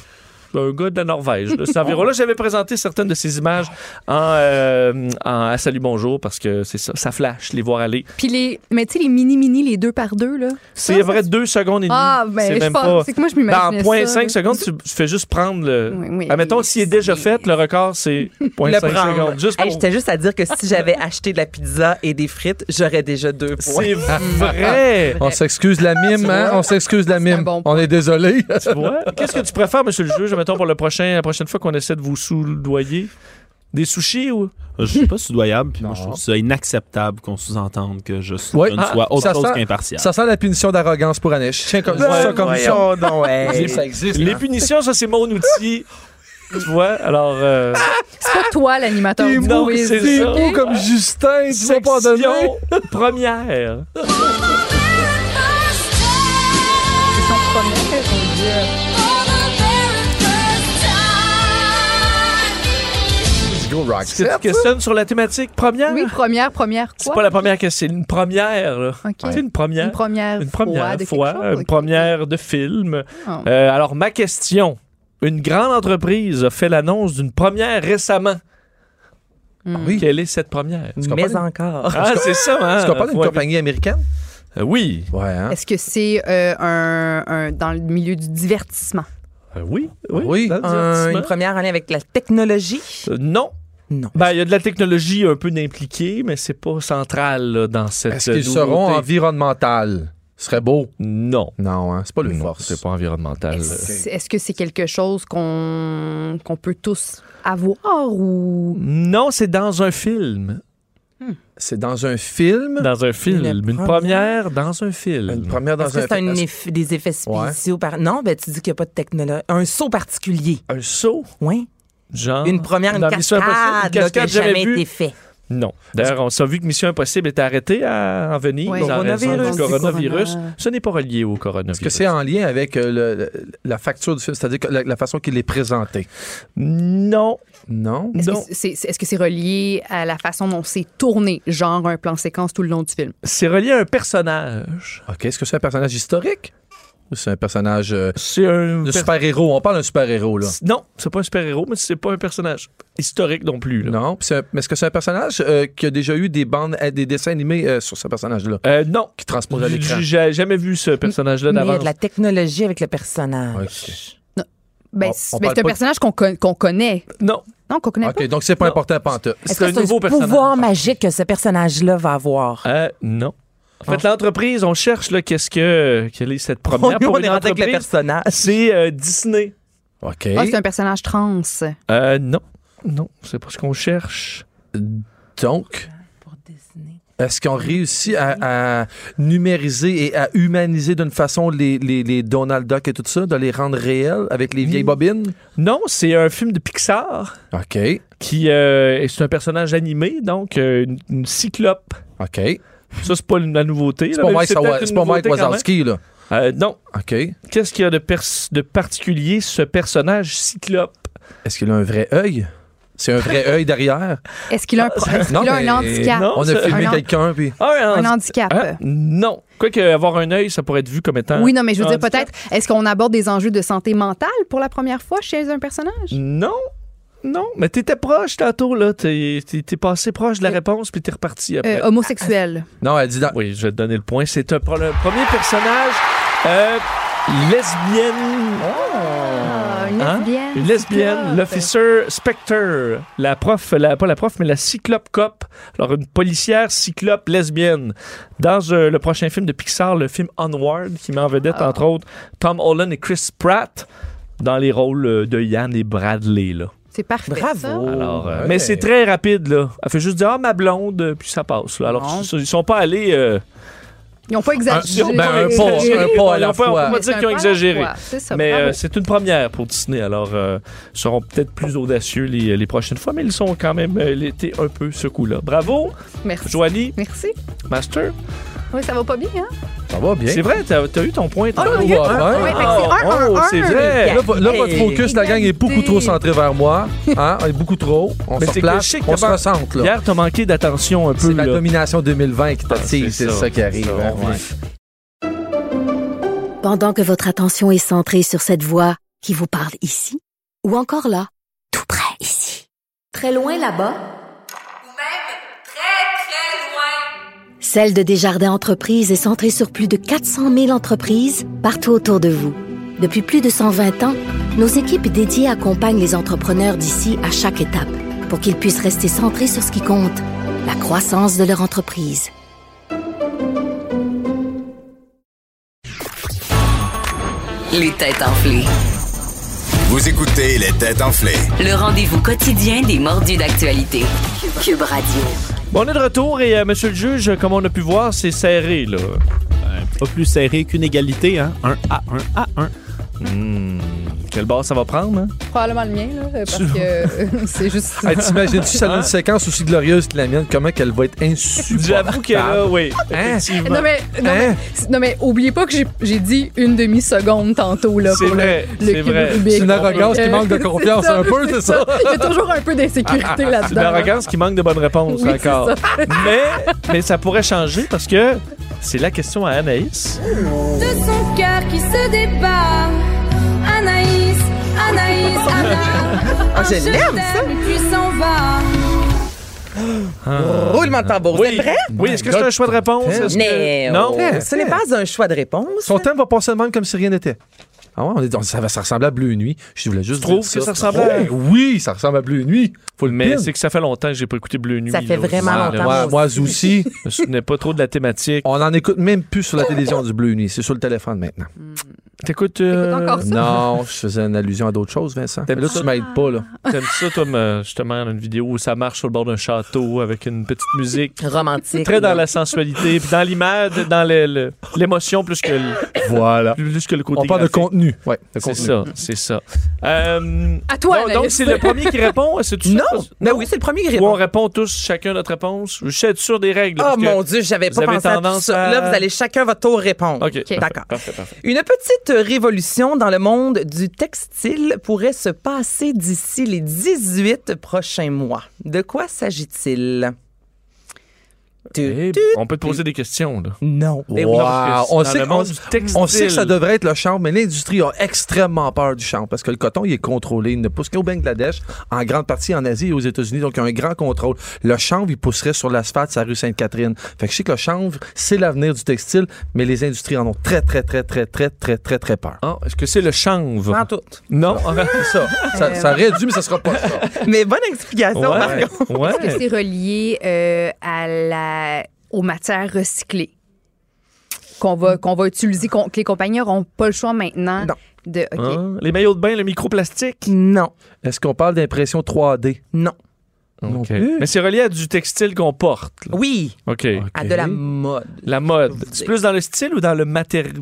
Speaker 3: un gars de la Norvège. là. C'est environ là, j'avais présenté certaines de ces images en, euh, en à Salut Bonjour parce que c'est ça, ça flash, les voir aller.
Speaker 4: (laughs) Puis les. Mais tu sais, les mini-mini, les deux par deux, là.
Speaker 3: C'est vrai, deux secondes et demie.
Speaker 4: Ah, ben,
Speaker 3: c'est
Speaker 4: je
Speaker 3: même
Speaker 4: pense. C'est que moi, je
Speaker 3: pas.
Speaker 4: m'imaginais.
Speaker 3: Dans point
Speaker 4: ça, là.
Speaker 3: 5 secondes, tu, tu fais juste prendre le.
Speaker 4: Oui, oui.
Speaker 3: Admettons, s'il est déjà fait, le record,
Speaker 4: (laughs)
Speaker 3: c'est point
Speaker 9: Le
Speaker 3: 5
Speaker 9: prendre.
Speaker 3: secondes. Juste
Speaker 9: Hey,
Speaker 3: pour-
Speaker 9: J'étais juste à dire que si j'avais acheté de la pizza et des frites, j'aurais déjà deux points.
Speaker 3: C'est
Speaker 4: (laughs)
Speaker 3: vrai!
Speaker 5: On s'excuse la mime, hein? On s'excuse la
Speaker 4: un
Speaker 5: mime.
Speaker 4: bon
Speaker 5: On est désolé.
Speaker 3: Tu vois? Qu'est-ce que tu préfères, monsieur le juge, admettons, pour le prochain, la prochaine fois qu'on essaie de vous soudoyer? Des sushis ou.
Speaker 8: Je suis pas soudoyable, puis moi, je trouve ça inacceptable qu'on sous-entende que je suis
Speaker 5: Ouais.
Speaker 8: je ne
Speaker 5: Ah,
Speaker 8: sois autre
Speaker 5: ça
Speaker 8: chose
Speaker 5: sent-
Speaker 8: qu'impartial.
Speaker 5: Ça sent la punition d'arrogance pour Anish. Je Tiens, comme, je dis ça comme ça.
Speaker 3: (laughs)
Speaker 9: Voyons donc, hey.
Speaker 5: Ça existe.
Speaker 3: Les punitions, ça, c'est mon
Speaker 5: (laughs)
Speaker 3: outil. tu vois, alors. euh,
Speaker 4: C'est pas toi, l'animateur.
Speaker 5: T'es
Speaker 4: du
Speaker 3: mou,
Speaker 4: quiz,
Speaker 3: c'est
Speaker 4: là,
Speaker 3: ça.
Speaker 4: ok?
Speaker 5: mots comme Justin, (laughs) tu vas pas en donner.
Speaker 3: section (laughs) première.
Speaker 4: Ils sont premiers, mon Dieu.
Speaker 5: Let's go, rock.
Speaker 3: Est-ce que tu questionnes sur la thématique première?
Speaker 4: Oui, première, première quoi?
Speaker 3: C'est pas la première question, c'est une première. Là.
Speaker 4: Ok.
Speaker 3: C'est une première.
Speaker 4: Une première,
Speaker 3: Une première
Speaker 4: fois. de
Speaker 3: fois,
Speaker 4: quelque chose,
Speaker 3: une
Speaker 4: ok.
Speaker 3: première de film.
Speaker 4: Ah.
Speaker 3: Euh, alors, ma question. Une grande entreprise a fait l'annonce d'une première récemment.
Speaker 4: Hmm.
Speaker 5: Oui.
Speaker 3: Quelle est cette première?
Speaker 9: Mais encore.
Speaker 3: Ah, c'est ça, hein?
Speaker 5: Est-ce qu'on parle d'une
Speaker 3: Faut-
Speaker 5: compagnie américaine?
Speaker 3: Euh, oui.
Speaker 5: Ouais, hein?
Speaker 4: Est-ce que c'est euh, un, un- dans le milieu du divertissement?
Speaker 3: Euh, oui. Oui.
Speaker 5: Oui.
Speaker 3: Dans le
Speaker 9: Un-
Speaker 3: divertissement.
Speaker 9: une première en lien avec la technologie?
Speaker 3: Euh, non.
Speaker 9: Non.
Speaker 3: Ben, il y a de la technologie un peu impliquée, mais c'est pas central là, dans cette
Speaker 5: Est-ce qu'ils
Speaker 3: nouveauté.
Speaker 5: seront environnementales? Ce serait beau.
Speaker 3: Non.
Speaker 5: Non, hein? C'est pas le
Speaker 3: Non,
Speaker 5: force.
Speaker 3: C'est pas environnemental.
Speaker 4: Est-ce est-ce que c'est quelque chose qu'on qu'on peut tous avoir ou...
Speaker 3: Non, c'est dans un film.
Speaker 5: C'est dans un film.
Speaker 3: Dans un film.
Speaker 9: Une
Speaker 3: Une première dans un film.
Speaker 5: Une première dans
Speaker 9: Est-ce que c'est
Speaker 5: film.
Speaker 9: un eff- des effets spéciaux? Par... Non, ben tu dis qu'il n'y a pas de technologie. Un saut particulier.
Speaker 3: Un saut,
Speaker 9: Oui.
Speaker 3: genre.
Speaker 9: Une première, une
Speaker 3: Ah. dans Mission
Speaker 9: cascade,
Speaker 3: Impossible. Une
Speaker 9: là, qui
Speaker 3: cascade
Speaker 9: n'a jamais
Speaker 3: jamais vue.
Speaker 9: été faite.
Speaker 3: Non. D'ailleurs, on s'est vu que Mission Impossible est arrêtée à, en Venise
Speaker 4: Oui.
Speaker 3: en raison
Speaker 9: Coronavirus.
Speaker 3: du coronavirus.
Speaker 4: Corona.
Speaker 3: Ce n'est pas relié au coronavirus.
Speaker 5: Est-ce que c'est en lien avec euh, le- le- la facture du film, c'est-à-dire que la, la façon qu'il est présenté?
Speaker 3: Non.
Speaker 5: Non?
Speaker 4: Est-ce
Speaker 3: Non.
Speaker 4: que c'est est, -ce c'est relié à la façon dont c'est tourné, genre un plan séquence tout le long du film?
Speaker 3: C'est relié à un personnage.
Speaker 5: OK, est-ce que c'est un personnage historique? C'est un personnage euh,
Speaker 3: un
Speaker 5: de
Speaker 3: per-
Speaker 5: super-héros. On parle d'un super-héros, là.
Speaker 3: Non, c'est pas un super-héros, mais c'est pas un personnage historique non plus. là.
Speaker 5: Non, Puis c'est un- mais est-ce que c'est un personnage euh, qui a déjà eu des bandes, euh, des dessins animés euh, sur ce personnage-là,
Speaker 3: Euh, non.
Speaker 5: qui transpose à l'écran?
Speaker 3: J- J'ai jamais vu ce personnage-là
Speaker 9: Mais il y a
Speaker 3: d'avance.
Speaker 9: de la technologie avec le personnage.
Speaker 5: OK,
Speaker 4: Ben,
Speaker 5: On-
Speaker 4: c'est
Speaker 5: on
Speaker 4: ben,
Speaker 5: parle
Speaker 4: c'est un
Speaker 5: pas de-
Speaker 4: personnage qu'on con- qu'on connaît.
Speaker 3: Non,
Speaker 4: Non, qu'on connaît
Speaker 5: OK, donc c'est pas
Speaker 3: Non.
Speaker 5: important, Panta.
Speaker 9: Est-ce
Speaker 3: c'est
Speaker 9: que
Speaker 3: un nouveau personnage.
Speaker 9: pouvoir magique que ce personnage-là va avoir?
Speaker 3: Euh, non. En fait, l'entreprise, on cherche là, qu'est-ce que quelle est cette
Speaker 9: Ah. (laughs) On,
Speaker 3: première
Speaker 9: est
Speaker 3: pour
Speaker 9: rendu
Speaker 3: une
Speaker 9: avec le
Speaker 3: entreprise.
Speaker 9: personnage.
Speaker 3: C'est euh, Disney.
Speaker 5: OK.
Speaker 4: pas. Ah, c'est un personnage trans.
Speaker 3: Euh, non, non, c'est pas ce qu'on cherche.
Speaker 5: Donc, est-ce qu'on réussit à, à numériser et à humaniser d'une façon les, les- les Donald Duck et tout ça, de les rendre réels avec les vieilles bobines?
Speaker 3: Non, c'est un film de Pixar
Speaker 5: OK,
Speaker 3: qui euh, est c'est un personnage animé, donc euh, une, une cyclope.
Speaker 5: OK. C'est
Speaker 3: Ça, c'est pas la nouveauté. là,
Speaker 5: pas
Speaker 3: mais
Speaker 5: Mike,
Speaker 3: c'est
Speaker 5: Sawa-
Speaker 3: peut-être une
Speaker 5: c'est pas Mike
Speaker 3: nouveauté quand même.
Speaker 5: Wazowski, là.
Speaker 3: Euh, non.
Speaker 5: OK. Est-ce
Speaker 3: Qu'est-ce qu'il y a de, pers- de particulier, ce personnage cyclope?
Speaker 5: qu'il a un vrai œil? C'est un vrai œil derrière?
Speaker 4: Est-ce qu'il a un,
Speaker 3: Ah,
Speaker 4: pro- est-ce
Speaker 5: Non,
Speaker 4: qu'il a un
Speaker 5: mais-
Speaker 4: handicap?
Speaker 3: Non,
Speaker 5: On
Speaker 3: c'est-
Speaker 5: a filmé
Speaker 4: un an-
Speaker 5: quelqu'un, puis...
Speaker 3: Ah,
Speaker 4: Un handicap.
Speaker 3: Ah, non. Quoique avoir un œil, ça pourrait être vu comme étant.
Speaker 4: Oui, non, mais je veux
Speaker 3: un
Speaker 4: dire,
Speaker 3: handicap.
Speaker 4: peut-être, est-ce qu'on aborde des enjeux de santé mentale pour la première fois chez un personnage? Euh,
Speaker 3: Non. Non, mais t'étais proche tantôt, là. T'es t'es- t'es passé proche de la
Speaker 4: Euh,
Speaker 3: réponse, puis t'es reparti après.
Speaker 4: Euh, homosexuel.
Speaker 5: Non, elle dit... dans-
Speaker 3: Ah. Oui, je vais te donner le point. C'est un pro- le premier personnage euh, lesbienne.
Speaker 4: Ah, une
Speaker 3: Hein?
Speaker 4: lesbienne.
Speaker 3: Une lesbienne,
Speaker 4: cyclope.
Speaker 3: l'officer Spectre, la prof, la, pas la prof, mais la cyclope cop. Alors, une policière cyclope lesbienne. Dans euh, le prochain film de Pixar, le film Onward, qui met en vedette,
Speaker 4: Ah.
Speaker 3: entre autres, Tom Holland et Chris Pratt, dans les rôles euh, de Yann et Bradley, là.
Speaker 4: C'est parfait. ça.
Speaker 9: Bravo.
Speaker 3: Alors, euh,
Speaker 5: ouais.
Speaker 3: Mais c'est très rapide, là. Elle fait juste dire, ah, ma blonde, euh, puis ça passe, là. Alors,
Speaker 4: Non.
Speaker 3: ils ils sont pas allés. euh,
Speaker 4: Ils n'ont pas
Speaker 3: Ah,
Speaker 4: exagéré.
Speaker 5: ben, un
Speaker 3: Ils ont
Speaker 5: pas,
Speaker 3: exagéré.
Speaker 5: un pas à
Speaker 3: On
Speaker 5: la
Speaker 3: peut-
Speaker 5: fois.
Speaker 3: On peut
Speaker 4: Mais
Speaker 3: euh, pas
Speaker 4: c'est
Speaker 3: dire
Speaker 4: un
Speaker 3: qu'ils ont
Speaker 4: pas à la
Speaker 3: exagéré.
Speaker 4: fois. C'est ça, Ah
Speaker 3: Mais
Speaker 4: bravo.
Speaker 3: euh, c'est une première pour Disney, alors euh, ils seront peut-être plus audacieux les, les prochaines fois, mais ils sont quand même euh, l'été un peu ce coup-là. Bravo,
Speaker 4: Merci.
Speaker 3: Joanie,
Speaker 4: Merci.
Speaker 3: Master.
Speaker 4: Oui, ça va pas bien, hein?
Speaker 5: Ça va bien.
Speaker 3: C'est vrai, t'as as eu ton point.
Speaker 4: Oh,
Speaker 5: Ah,
Speaker 3: tantôt.
Speaker 5: on va bien.
Speaker 4: ouais, fait que c'est un, un,
Speaker 3: oh,
Speaker 4: un.
Speaker 3: c'est vrai.
Speaker 5: Là, vo- là, votre focus, la gang, est beaucoup trop centré vers moi. Hein? On est beaucoup trop. On
Speaker 3: Mais
Speaker 5: se
Speaker 3: c'est que je
Speaker 5: replace,
Speaker 3: sais que
Speaker 5: on se
Speaker 3: t'as-
Speaker 5: recentre. là.
Speaker 3: Hier, t'as manqué d'attention un peu.
Speaker 5: C'est la
Speaker 3: là.
Speaker 5: domination 2020 qui t'attire,
Speaker 3: Ah,
Speaker 5: c'est ça qui arrive.
Speaker 3: c'est ça, on
Speaker 5: hein, ouais.
Speaker 10: Pendant que votre attention est centrée sur cette voix qui vous parle ici, ou encore là, tout près ici, très loin là-bas,
Speaker 11: ou même très très loin.
Speaker 10: Celle de Desjardins Entreprises est centrée sur plus de 400 000 entreprises partout autour de vous. Depuis plus de 120 ans, nos équipes dédiées accompagnent les entrepreneurs d'ici à chaque étape pour qu'ils puissent rester centrés sur ce qui compte, la croissance de leur entreprise.
Speaker 1: Les têtes enflées.
Speaker 2: Vous écoutez les têtes enflées.
Speaker 1: Le rendez-vous quotidien des mordus d'actualité. Cube Radio.
Speaker 3: Bon, on est de retour et euh, monsieur le juge, comme on a pu voir, c'est serré, là.
Speaker 8: Pas plus serré qu'une égalité, hein? Un à un à un.
Speaker 3: Hmm, Quelle base ça va prendre, hein?
Speaker 4: Probablement le mien, là, parce que euh, (laughs) c'est juste...
Speaker 5: Hey, T'imagines-tu si ça
Speaker 3: Hein?
Speaker 5: a une séquence aussi glorieuse que la mienne, comment qu'elle va être insupportable?
Speaker 3: J'avoue que euh, là, oui. Effectivement.
Speaker 4: Non mais, non,
Speaker 5: Hein?
Speaker 4: mais, non, mais oubliez pas que j'ai- j'ai dit une demi-seconde tantôt là,
Speaker 3: C'est
Speaker 4: pour le-
Speaker 3: vrai,
Speaker 4: le,
Speaker 3: c'est
Speaker 4: cube
Speaker 3: vrai.
Speaker 4: Rubik.
Speaker 5: C'est une arrogance qui
Speaker 4: Euh, (laughs)
Speaker 5: manque de confiance un peu, c'est ça?
Speaker 4: Il y a toujours un peu d'insécurité là-dedans.
Speaker 3: ah, C'est une arrogance qui manque de bonnes réponses
Speaker 4: Oui, c'est
Speaker 3: encore. (laughs) mais, mais ça pourrait changer parce que c'est la question à Anaïs.
Speaker 11: De son cœur qui se débat, Anaïs, Anaïs, Anna.
Speaker 9: Ah, je l'aime, ça.
Speaker 11: t'aime, puis s'en va.
Speaker 9: Roulement de tambour. Vous êtes prêts?
Speaker 3: Oui, est-ce que c'est un choix de réponse? Est-ce que- Non.
Speaker 9: Eh oh. Ce n'est pas un choix de réponse.
Speaker 5: Son thème va passer de même comme si rien n'était. Ah ouais, on est dans- ça, va- ça ressemble à Bleu Nuit. Je voulais juste
Speaker 3: Tu trouves
Speaker 5: dire
Speaker 3: que ça ressemble à-
Speaker 5: Ouais, Oui, ça ressemble à Bleu Nuit. Faut le
Speaker 3: Mais
Speaker 5: pin.
Speaker 3: c'est que ça fait longtemps que j'ai pas écouté Bleu Nuit.
Speaker 9: Ça fait
Speaker 3: là,
Speaker 9: vraiment
Speaker 3: aussi, là.
Speaker 9: longtemps.
Speaker 5: Ouais,
Speaker 9: moi
Speaker 5: moi aussi,
Speaker 3: Je me souvenais pas trop de la thématique.
Speaker 5: on n'en écoute même plus sur la télévision du Bleu Nuit. C'est sur le téléphone maintenant.
Speaker 3: T'écoutes. euh,
Speaker 4: T'écoutes encore ça?
Speaker 5: Non, je faisais une allusion à d'autres choses, Vincent. Mais là, tu m'aides pas, là.
Speaker 3: T'aimes ça, toi, me- justement, une vidéo où ça marche sur le bord d'un château avec une petite musique.
Speaker 9: Romantique.
Speaker 3: Très dans la sensualité, puis dans l'image, dans le- le- l'émotion plus que le,
Speaker 5: Voilà.
Speaker 3: plus que le côté.
Speaker 5: On parle de
Speaker 3: graphique.
Speaker 5: contenu. Ouais, de
Speaker 3: C'est
Speaker 5: contenu.
Speaker 3: ça, c'est ça. Euh,
Speaker 4: À toi,
Speaker 3: donc-
Speaker 4: Anaïs.
Speaker 3: Donc, c'est le premier qui répond. C'est tout ça?
Speaker 9: Non! Mais oui, c'est le premier qui
Speaker 3: Ou on
Speaker 9: répond.
Speaker 3: répond tous chacun notre réponse. Je suis sûr des règles.
Speaker 4: Ah,
Speaker 9: Oh
Speaker 3: parce que-
Speaker 9: mon Dieu, j'avais
Speaker 3: vous
Speaker 9: pas
Speaker 3: avez
Speaker 9: pensé à tout
Speaker 3: tendance
Speaker 9: ça.
Speaker 3: à-
Speaker 9: Là, vous allez chacun votre tour répondre.
Speaker 3: Ok.
Speaker 4: Ok.
Speaker 9: D'accord.
Speaker 3: Parfait, parfait.
Speaker 9: Une petite révolution dans le monde du textile pourrait se passer d'ici les 18 prochains mois. De quoi s'agit-il?
Speaker 3: Eh, on peut te poser des questions. Là.
Speaker 5: Non.
Speaker 3: Eh oui.
Speaker 5: Wow.
Speaker 3: Parce que
Speaker 5: On,
Speaker 3: dans
Speaker 5: sait,
Speaker 3: le monde
Speaker 5: on-
Speaker 3: du textile-
Speaker 5: on sait que ça devrait être le chanvre, mais l'industrie a extrêmement peur du chanvre parce que le coton, il est contrôlé. Il ne pousse qu'au Bangladesh, en grande partie en Asie et aux États-Unis, donc il y a un grand contrôle. Le chanvre, il pousserait sur l'asphalte, sa rue Sainte-Catherine. Fait que je sais que le chanvre, c'est l'avenir du textile, mais les industries en ont très, très, très, très, très, très, très, très peur.
Speaker 3: Est-ce que c'est le chanvre?
Speaker 4: Ah.
Speaker 9: Pas en tout.
Speaker 3: Non,
Speaker 5: ça. Ça, ça aurait dû, mais ça sera pas ça.
Speaker 9: Mais bonne explication,
Speaker 3: Ouais.
Speaker 9: Mario.
Speaker 3: Ouais.
Speaker 4: Est-ce que c'est relié euh, à la, aux matières recyclées qu'on va, qu'on va utiliser, qu'on- que les compagnies n'auront pas le choix maintenant de. OK.
Speaker 3: Hein? Les maillots de bain, le microplastique?
Speaker 9: Non.
Speaker 5: Est-ce qu'on parle d'impression 3D?
Speaker 9: Non.
Speaker 3: OK. Mais c'est relié à du textile qu'on porte. là.
Speaker 9: Oui.
Speaker 3: OK.
Speaker 9: À de la mode.
Speaker 3: La mode. C'est plus dans le style ou dans le matériau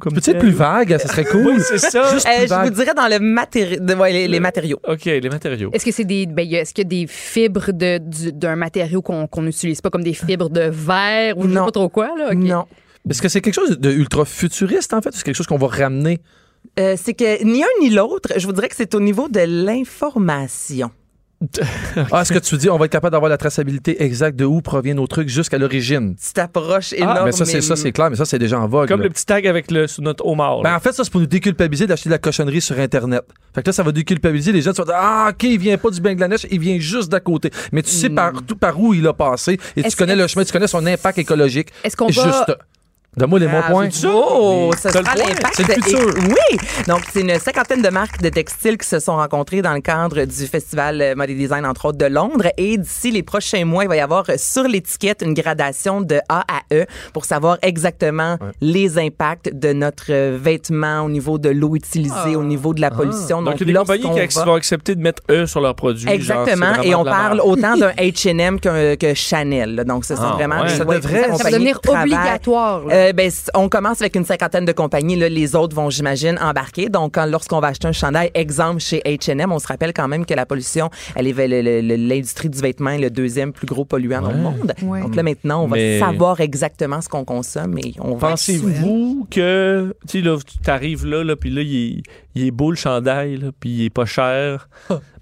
Speaker 3: comme
Speaker 5: Peut-être
Speaker 3: tel?
Speaker 5: plus vague, ça serait cool.
Speaker 3: Oui, c'est ça.
Speaker 5: Juste
Speaker 9: Euh,
Speaker 5: plus
Speaker 9: je vous
Speaker 5: vague.
Speaker 9: dirais dans le matéri- de- ouais, les, les matériaux.
Speaker 3: OK, les matériaux.
Speaker 4: Est-ce que c'est des. ben, y a- est-ce qu'il y a des fibres de- du- d'un matériau qu'on qu'on n'utilise pas, comme des fibres de verre ou je sais
Speaker 9: Non.
Speaker 4: pas trop quoi, là? OK.
Speaker 9: Non.
Speaker 5: Est-ce que c'est quelque chose de ultra futuriste, en fait? ou C'est quelque chose qu'on va ramener.
Speaker 9: Euh, c'est que ni un ni l'autre, je vous dirais que c'est au niveau de l'information.
Speaker 5: Ah, est-ce que tu dis on va être capable d'avoir la traçabilité exacte de où proviennent nos trucs jusqu'à l'origine?
Speaker 9: Tu t'approches énormément.
Speaker 5: mais ça, c'est ça, c'est clair, mais ça, c'est déjà en vogue.
Speaker 3: Comme
Speaker 5: là.
Speaker 3: le petit tag avec le sous notre homard.
Speaker 5: Ben,
Speaker 3: là.
Speaker 5: en fait, ça, c'est pour nous déculpabiliser d'acheter de la cochonnerie sur Internet. Fait que là, ça va déculpabiliser les gens. Tu vas dire, ah, OK, il vient pas du Bangladesh, il vient juste d'à côté. Mais tu
Speaker 3: Mm.
Speaker 5: sais par, tout, par où il a passé et tu
Speaker 4: Est-ce-
Speaker 5: connais le chemin, tu connais son impact écologique.
Speaker 4: Est-ce qu'on va-
Speaker 5: Juste. Donne-moi les bons
Speaker 9: Ah,
Speaker 5: points.
Speaker 9: c'est ça. Oh, ça
Speaker 3: T'as le
Speaker 9: sera
Speaker 3: point.
Speaker 9: l'impact.
Speaker 5: C'est le futur.
Speaker 9: Et- oui. Donc, c'est une cinquantaine de marques de textiles qui se sont rencontrées dans le cadre du festival euh, Mode et Design, entre autres, de Londres. Et d'ici les prochains mois, il va y avoir euh, sur l'étiquette une gradation de A à E pour savoir exactement les impacts de notre euh, vêtement au niveau de l'eau utilisée, au niveau de la pollution.
Speaker 3: Donc, il y a des
Speaker 9: lorsqu'on
Speaker 3: compagnies qui ac-
Speaker 9: va-
Speaker 3: vont accepter de mettre eux sur leurs produits. genre, c'est
Speaker 9: Exactement.
Speaker 3: vraiment
Speaker 9: Et on
Speaker 3: de la merde.
Speaker 9: parle autant d'un H&M qu'un- que Chanel. là. Donc, ça, c'est
Speaker 3: Ah,
Speaker 9: vraiment...
Speaker 3: ouais.
Speaker 9: des-
Speaker 3: Ça
Speaker 9: ouais,
Speaker 5: devrait-
Speaker 9: des
Speaker 5: Ça va
Speaker 9: compagnies
Speaker 4: devenir
Speaker 9: qui travaillent.
Speaker 4: obligatoire, là.
Speaker 9: Euh, ben, c- on commence avec une cinquantaine de compagnies. Là, les autres vont, j'imagine, embarquer. Donc, quand- lorsqu'on va acheter un chandail, exemple, chez H&M, on se rappelle quand même que la pollution, elle est ve- le- le- le- l'industrie du vêtement est le deuxième plus gros polluant dans le monde.
Speaker 4: Ouais.
Speaker 9: Donc là, maintenant, on va
Speaker 3: Mais-
Speaker 9: savoir exactement ce qu'on consomme et on va...
Speaker 3: Pensez-vous que, tu sais, là, tu arrives là, là, puis là, il est, il est beau le chandail, là, puis il est pas cher,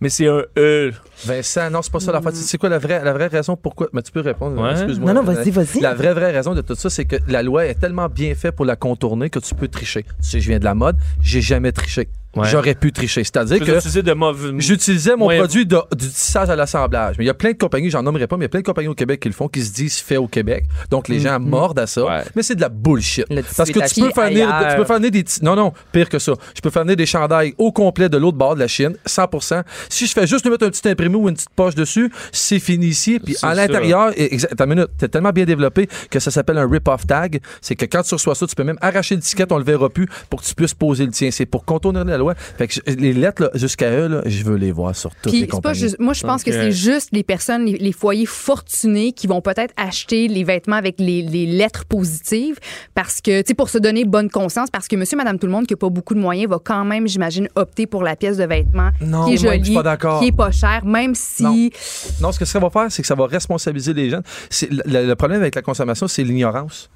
Speaker 3: mais c'est un E.
Speaker 5: Vincent, non, c'est pas ça la faute. C'est quoi la vraie, la vraie raison pourquoi? Mais tu peux répondre,
Speaker 3: Ouais.
Speaker 5: excuse-moi.
Speaker 9: Hmm. Non, non, vas-y, vas-y.
Speaker 5: La vraie, vraie raison de tout ça, c'est que la loi est tellement bien faite pour la contourner que tu peux tricher. Tu sais, je viens de la mode, j'ai jamais triché.
Speaker 3: Ouais.
Speaker 5: J'aurais pu tricher. C'est-à-dire
Speaker 3: Tu
Speaker 5: que
Speaker 3: utiliser de mauvais.
Speaker 5: j'utilisais mon
Speaker 3: Ouais.
Speaker 5: produit de- du tissage à l'assemblage. Mais il y a plein de compagnies, j'en nommerai pas, mais il y a plein de compagnies au Québec qui le font, qui se disent fait au Québec. Donc les gens mordent à ça.
Speaker 3: Mm-hmm. Ouais.
Speaker 5: Mais c'est de la bullshit.
Speaker 9: Le tissu
Speaker 5: Parce que
Speaker 9: est
Speaker 5: tu peux,
Speaker 9: acheté
Speaker 5: faire venir,
Speaker 9: ailleurs.
Speaker 5: tu peux faire venir des. ti- Non, non, pire que ça. Je peux faire venir des chandails au complet de l'autre bord de la Chine, 100 Si je fais juste lui mettre un petit imprimé ou une petite poche dessus, c'est fini ici. Puis
Speaker 3: C'est
Speaker 5: à
Speaker 3: ça.
Speaker 5: l'intérieur, et- exact- attends une minute, t'es tellement bien développé que ça s'appelle un rip-off tag. C'est que quand tu reçois ça, tu peux même arracher l'étiquette, on le verra plus pour que tu puisses poser le tien. C'est pour contourner la loi. Fait que je- les lettres là, jusqu'à eux, là, je veux les voir sur toutes
Speaker 4: Puis,
Speaker 5: les
Speaker 4: c'est pas
Speaker 5: compagnies.
Speaker 4: juste, moi, je pense
Speaker 3: Ok.
Speaker 4: que c'est juste les personnes, les, les foyers fortunés qui vont peut-être acheter les vêtements avec les, les lettres positives parce que, tu sais, pour se donner bonne conscience, parce que monsieur, madame, tout le monde qui n'a pas beaucoup de moyens va quand même, j'imagine, opter pour la pièce de vêtement
Speaker 5: Non,
Speaker 4: qui est
Speaker 5: moi, je suis
Speaker 4: jolie,
Speaker 5: pas d'accord.
Speaker 4: qui est pas chère, même si.
Speaker 5: Non. Non, ce que ça va faire, c'est que ça va responsabiliser les jeunes. C'est- Le, le problème avec la consommation, c'est l'ignorance.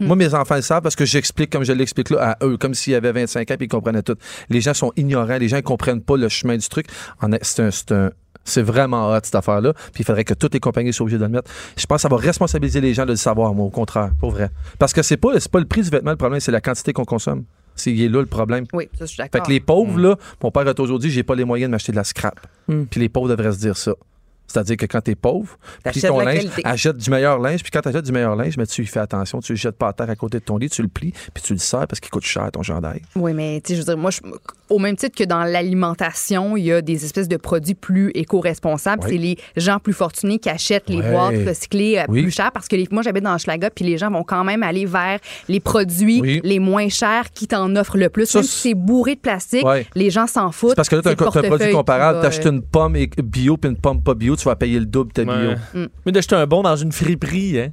Speaker 5: Moi, mes enfants le savent parce que j'explique comme je l'explique là à eux, comme s'ils avaient 25 ans et ils comprenaient tout. Les gens sont ignorants, les gens ne comprennent pas le chemin du truc. En est- C'est un- c'est un- c'est vraiment hot, cette affaire-là. Puis il faudrait que toutes les compagnies soient obligées de le mettre. Je pense que ça va responsabiliser les gens de le savoir, moi, au contraire, pour vrai. Parce que c'est pas, c'est pas le prix du vêtement le problème, c'est la quantité qu'on consomme. C'est il est là le problème.
Speaker 4: Oui, ça, je suis
Speaker 5: Fait
Speaker 4: d'accord.
Speaker 5: que les pauvres,
Speaker 3: Mm.
Speaker 5: là, mon père a toujours dit, j'ai pas les moyens de m'acheter de la scrap. Puis les pauvres devraient se dire ça. C'est-à-dire que quand t'es pauvre, puis
Speaker 9: T'achètes
Speaker 5: ton
Speaker 9: la
Speaker 5: linge,
Speaker 9: qualité.
Speaker 5: achète du meilleur linge, puis quand t'achètes du meilleur linge, mais tu y fais attention, tu le jettes pas à terre à côté de ton lit, tu le plies, puis tu le sers parce qu'il coûte cher ton gendarme.
Speaker 4: Oui, mais tu sais, je veux dire, moi, je- au même titre que dans l'alimentation, il y a des espèces de produits plus éco-responsables.
Speaker 5: Oui.
Speaker 4: C'est les gens plus fortunés qui achètent les
Speaker 5: Ouais.
Speaker 4: boîtes recyclées euh,
Speaker 5: Oui.
Speaker 4: plus chères parce que les- moi, j'habite dans Schlaga, puis les gens vont quand même aller vers les produits
Speaker 5: Oui.
Speaker 4: les moins chers qui t'en offrent le plus.
Speaker 5: Ça,
Speaker 4: même si
Speaker 5: c'est-
Speaker 4: c'est bourré de plastique,
Speaker 5: Ouais.
Speaker 4: les gens s'en foutent.
Speaker 5: C'est parce que là, t'as un,
Speaker 4: C'est le
Speaker 5: co- t'as un
Speaker 4: portefeuille
Speaker 5: produit
Speaker 4: qui
Speaker 5: comparable,
Speaker 4: va,
Speaker 5: t'achètes
Speaker 4: euh,
Speaker 5: une pomme et- bio puis une pomme pas bio, tu vas payer le double de ta
Speaker 3: Ouais.
Speaker 5: bio.
Speaker 9: Mm.
Speaker 3: Mais d'acheter un bon dans une friperie, hein.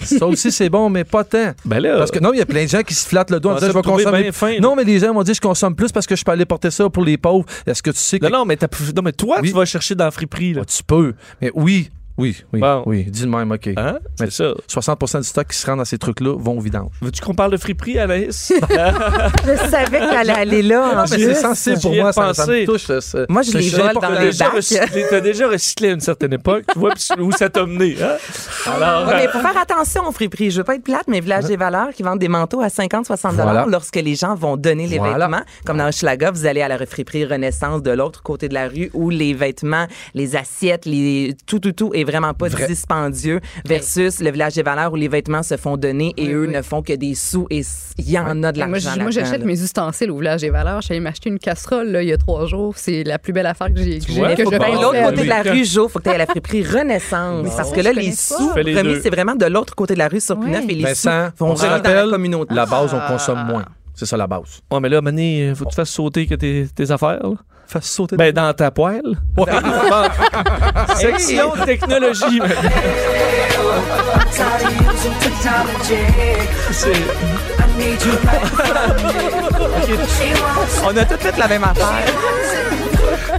Speaker 5: Ça aussi, c'est bon, mais pas tant.
Speaker 3: Ben là.
Speaker 5: Parce que non, il y a plein de gens qui se flattent le doigt en
Speaker 3: On
Speaker 5: disant
Speaker 3: s'est
Speaker 5: je vais
Speaker 3: trouvé
Speaker 5: consommer.
Speaker 3: bien fin, là.
Speaker 5: non, mais les gens m'ont dit je consomme plus parce que je peux aller porter ça pour les pauvres. Est-ce que tu sais que
Speaker 3: Non, non, mais, t'as- non, mais toi,
Speaker 5: Oui.
Speaker 3: euh, Oh, tu vas chercher dans la friperie, là.
Speaker 5: Ah, tu peux. Mais oui, Oui, oui,
Speaker 3: Bon.
Speaker 5: oui. Dis le même, OK.
Speaker 3: Hein?
Speaker 5: Mais
Speaker 3: C'est ça.
Speaker 5: 60 du stock qui se rend dans ces trucs-là vont au vidange.
Speaker 3: Veux-tu qu'on parle de friperie,
Speaker 9: (laughs)
Speaker 3: Anaïs?
Speaker 9: Je savais qu'elle allait là. en
Speaker 5: Ah, Mais
Speaker 9: plus.
Speaker 5: c'est sensible pour
Speaker 3: J'y ai
Speaker 5: moi, ça, ça me
Speaker 3: pensé.
Speaker 5: touche. ça, ça.
Speaker 9: Moi, je
Speaker 5: Ça,
Speaker 9: les
Speaker 5: sais
Speaker 9: vole
Speaker 5: pas
Speaker 9: dans
Speaker 3: T'as
Speaker 5: pourquoi.
Speaker 9: les
Speaker 3: déjà,
Speaker 9: bacs.
Speaker 3: recyclé- t'as déjà recyclé à une certaine époque. Tu vois puis où ça t'a mené. Hein? Alors,
Speaker 9: (laughs) Ouais, mais faut faire attention aux friperies. Je veux pas être plate, mais Village des Valeurs qui vendent des manteaux à 50, 60
Speaker 5: Voilà.
Speaker 9: lorsque les gens vont donner les
Speaker 5: Voilà.
Speaker 9: vêtements. Comme dans Hochelaga, vous allez à la friperie Renaissance de l'autre côté de la rue où les vêtements, les assiettes, les tout, tout, tout est vraiment pas dispendieux versus le Village des Valeurs où les vêtements se font donner et eux ne font que des sous et s- il y en a de
Speaker 4: Moi,
Speaker 9: l'argent.
Speaker 4: j- moi, j'achète mes ustensiles au village des valeurs. J'allais m'acheter une casserole là, il y a trois jours. C'est la plus belle affaire que j'ai que j'ai-
Speaker 3: vois?
Speaker 4: que
Speaker 3: Faut
Speaker 4: je
Speaker 3: pas-
Speaker 9: Ben,
Speaker 4: fasse.
Speaker 9: l'autre côté de la
Speaker 3: Oui.
Speaker 9: rue, Jo, faut que tu ailles à la friperie Renaissance. Parce que là,
Speaker 4: je connais
Speaker 9: les
Speaker 4: pas.
Speaker 9: sous
Speaker 3: Fais les
Speaker 9: remis,
Speaker 3: deux.
Speaker 9: c'est vraiment de l'autre côté de la rue sur
Speaker 4: Ouais.
Speaker 9: 9 et les sous
Speaker 5: Vincent,
Speaker 9: vont
Speaker 5: on se
Speaker 9: vraiment dans
Speaker 5: rappelle,
Speaker 9: la communauté.
Speaker 5: la base, on
Speaker 3: Ah.
Speaker 5: consomme moins. C'est ça, la base.
Speaker 3: ouais, mais là, Mané, faut que tu fasses sauter que tes, tes affaires. là.
Speaker 5: Fais sauter.
Speaker 3: Ben, dans ta poêle. (laughs) Bon. Section (laughs) technologie. maintenant. C'est-
Speaker 9: On a toutes fait la même affaire.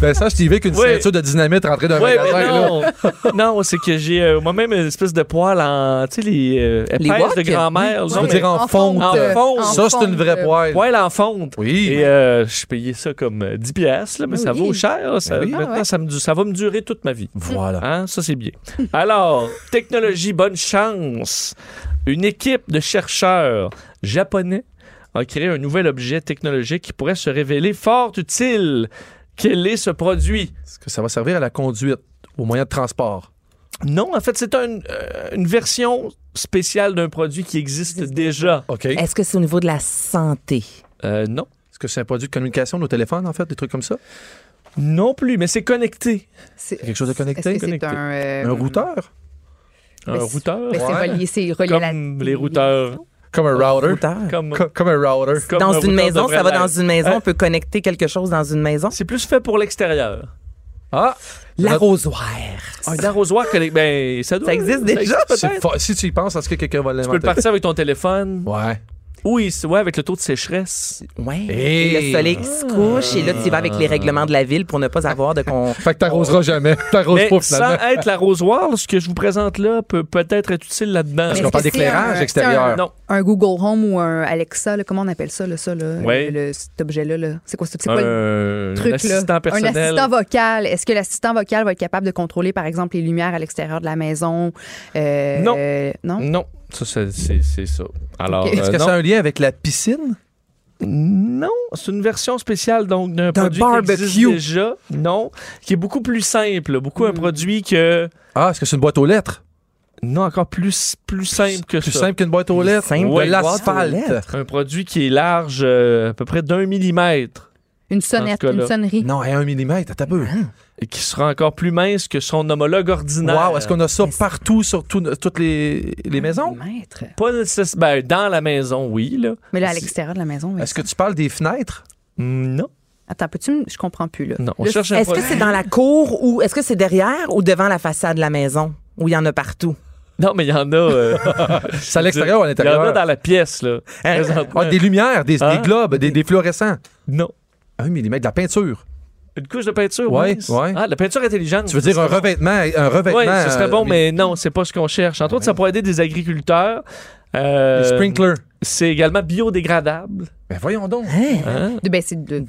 Speaker 5: Vincent, je t'y vais qu'une
Speaker 3: Ouais.
Speaker 5: ceinture de dynamite rentrée d'un
Speaker 3: Ouais, mais
Speaker 5: magasin. là.
Speaker 3: non. non, c'est que j'ai euh, moi-même une espèce de poêle en, tu sais, les euh,
Speaker 9: Les
Speaker 3: épaisses de
Speaker 9: wok?
Speaker 3: grand-mère.
Speaker 5: Je
Speaker 3: là,
Speaker 5: veux
Speaker 3: mais-
Speaker 5: dire en
Speaker 4: en
Speaker 5: fonte. euh,
Speaker 4: fonte.
Speaker 3: En fonte.
Speaker 4: En
Speaker 5: Ça, c'est une
Speaker 4: fonte.
Speaker 5: vraie poêle.
Speaker 3: poêle en fonte.
Speaker 5: Oui.
Speaker 3: Et euh, je suis payé ça comme euh, 10 piastres, là, mais
Speaker 4: Ah
Speaker 3: ça
Speaker 4: oui.
Speaker 3: vaut cher. là, ça,
Speaker 5: Ben oui.
Speaker 3: maintenant,
Speaker 4: Ah
Speaker 3: ça, me, du- ça va me durer toute ma vie.
Speaker 5: Voilà.
Speaker 3: Hein, ça, c'est bien. (laughs) Alors, technologie, bonne chance. Une équipe de chercheurs japonais a créé un nouvel objet technologique qui pourrait se révéler fort utile. Quel est ce produit?
Speaker 5: Est-ce que ça va servir à la conduite, au moyen de transport?
Speaker 3: Non, en fait, c'est un, euh, une version spéciale d'un produit qui existe déjà.
Speaker 5: OK. Est-ce
Speaker 9: Est-ce que c'est au niveau de la santé?
Speaker 3: Euh, non.
Speaker 5: que c'est un produit de communication, nos téléphones, en fait, des trucs comme ça?
Speaker 3: Non plus, mais c'est connecté.
Speaker 4: C'est-
Speaker 5: Quelque chose de
Speaker 4: Est-ce
Speaker 5: connecté?
Speaker 4: que c'est
Speaker 3: Connecté.
Speaker 4: un. euh,
Speaker 5: Un routeur?
Speaker 3: Un
Speaker 4: Mais c'est-
Speaker 3: routeur.
Speaker 4: ben, c'est
Speaker 5: Ouais.
Speaker 4: relié- c'est relié à la-
Speaker 3: Comme les routeurs.
Speaker 5: Comme un router?
Speaker 3: Comme,
Speaker 5: Co- Comme un router.
Speaker 3: comme un
Speaker 9: dans une
Speaker 3: routeur
Speaker 9: maison,
Speaker 3: devrait
Speaker 9: ça va
Speaker 3: l'être.
Speaker 9: dans une maison.
Speaker 3: Hein?
Speaker 9: On peut connecter quelque chose dans une maison.
Speaker 3: C'est plus fait pour l'extérieur.
Speaker 5: Ah!
Speaker 9: L'arrosoir.
Speaker 3: Un arrosoir connecté. Ben, ça, doit,
Speaker 9: Ça existe déjà?
Speaker 5: C'est
Speaker 3: peut-être.
Speaker 5: fa- Si tu y penses, est-ce que quelqu'un va
Speaker 3: Tu peux le
Speaker 5: l'inventer?
Speaker 3: partir avec ton téléphone.
Speaker 5: Ouais.
Speaker 3: Oui, c'est- ouais, avec le taux de sécheresse.
Speaker 9: Ouais.
Speaker 5: Hey.
Speaker 9: Et Le soleil qui se couche et là, tu y vas avec les règlements de la ville pour ne pas avoir de con.
Speaker 5: Fait que t'arroseras jamais. T'arroses
Speaker 3: Mais
Speaker 5: pas,
Speaker 3: sans
Speaker 5: finalement.
Speaker 3: être l'arrosoir, ce que je vous présente là peut peut-être être utile là-dedans.
Speaker 5: Parce
Speaker 4: Mais
Speaker 5: qu'on
Speaker 4: est-ce
Speaker 5: parle
Speaker 4: que c'est
Speaker 5: d'éclairage
Speaker 4: un-
Speaker 5: extérieur.
Speaker 3: Non.
Speaker 4: Un Google Home ou un Alexa, là, comment on appelle ça, là, ça là,
Speaker 3: Ouais.
Speaker 4: le- le- cet objet-là? là? C'est quoi, ça? C'est quoi le
Speaker 3: Un
Speaker 4: truc? là?
Speaker 3: assistant personnel.
Speaker 4: Un assistant vocal. Est-ce que l'assistant vocal va être capable de contrôler, par exemple, les lumières à l'extérieur de la maison? Euh,
Speaker 3: Non.
Speaker 4: euh, non?
Speaker 3: Non, ça, ça, c'est c'est ça. Alors,
Speaker 4: Ok.
Speaker 3: euh,
Speaker 5: Est-ce que
Speaker 3: non.
Speaker 5: ça a un lien avec la piscine?
Speaker 3: Non, c'est une version spéciale donc d'un
Speaker 5: D'un
Speaker 3: produit qui existe
Speaker 5: barbecue. Hmm.
Speaker 3: déjà, non, qui est beaucoup plus simple, là, beaucoup un produit que
Speaker 5: Ah, est-ce que c'est une boîte aux lettres?
Speaker 3: non encore plus plus simple que
Speaker 5: Plus
Speaker 3: ça.
Speaker 5: simple qu'une boîte aux lettres?
Speaker 9: Simple,
Speaker 5: de
Speaker 3: ouais, une boîte aux
Speaker 5: l'asphalte.
Speaker 3: Un produit qui est large euh, à peu près d'un millimètre
Speaker 4: Une sonnette,
Speaker 3: Dans ce cas-là.
Speaker 4: une sonnerie.
Speaker 5: Non, et un millimètre, t'as peu.
Speaker 3: et qui sera encore plus mince que son homologue ordinaire.
Speaker 5: Wow, est-ce qu'on a ça partout sur tout- toutes les, les maisons?
Speaker 4: Maître.
Speaker 3: pas nécessaire- ben, dans la maison, oui là.
Speaker 4: Mais là, à l'extérieur de la maison, mais-
Speaker 5: Est-ce que tu parles des fenêtres?
Speaker 3: Mm, Non,
Speaker 4: Attends, peux-tu me- Je comprends plus, là.
Speaker 3: non, on
Speaker 9: Le-
Speaker 3: cherche un
Speaker 9: Est-ce que
Speaker 3: produit.
Speaker 9: c'est dans la cour ou est-ce que c'est derrière ou devant la façade de la maison? Où il y en a partout.
Speaker 3: Non, mais il y en a euh,
Speaker 5: (laughs) C'est à l'extérieur ou à
Speaker 3: Il y en a
Speaker 5: l'intérieur?
Speaker 3: dans la pièce là. présentement.
Speaker 5: Ah, des lumières, des, des
Speaker 3: Hein?
Speaker 5: globes, des, des fluorescents.
Speaker 3: Non.
Speaker 5: Un millimètre, de la peinture.
Speaker 3: Une couche de peinture,
Speaker 5: Ouais,
Speaker 3: oui.
Speaker 5: ouais.
Speaker 3: Ah, la peinture intelligente.
Speaker 5: Tu veux dire un revêtement, un revêtement.
Speaker 3: Oui, ce serait bon,
Speaker 5: euh,
Speaker 3: mais non, c'est pas ce qu'on cherche. Entre autres, ça pourrait aider des agriculteurs.
Speaker 5: des
Speaker 3: Euh,
Speaker 5: sprinklers.
Speaker 3: C'est également biodégradable.
Speaker 5: Ben voyons donc.
Speaker 3: Hein?
Speaker 4: De- Ben, c'est de, de-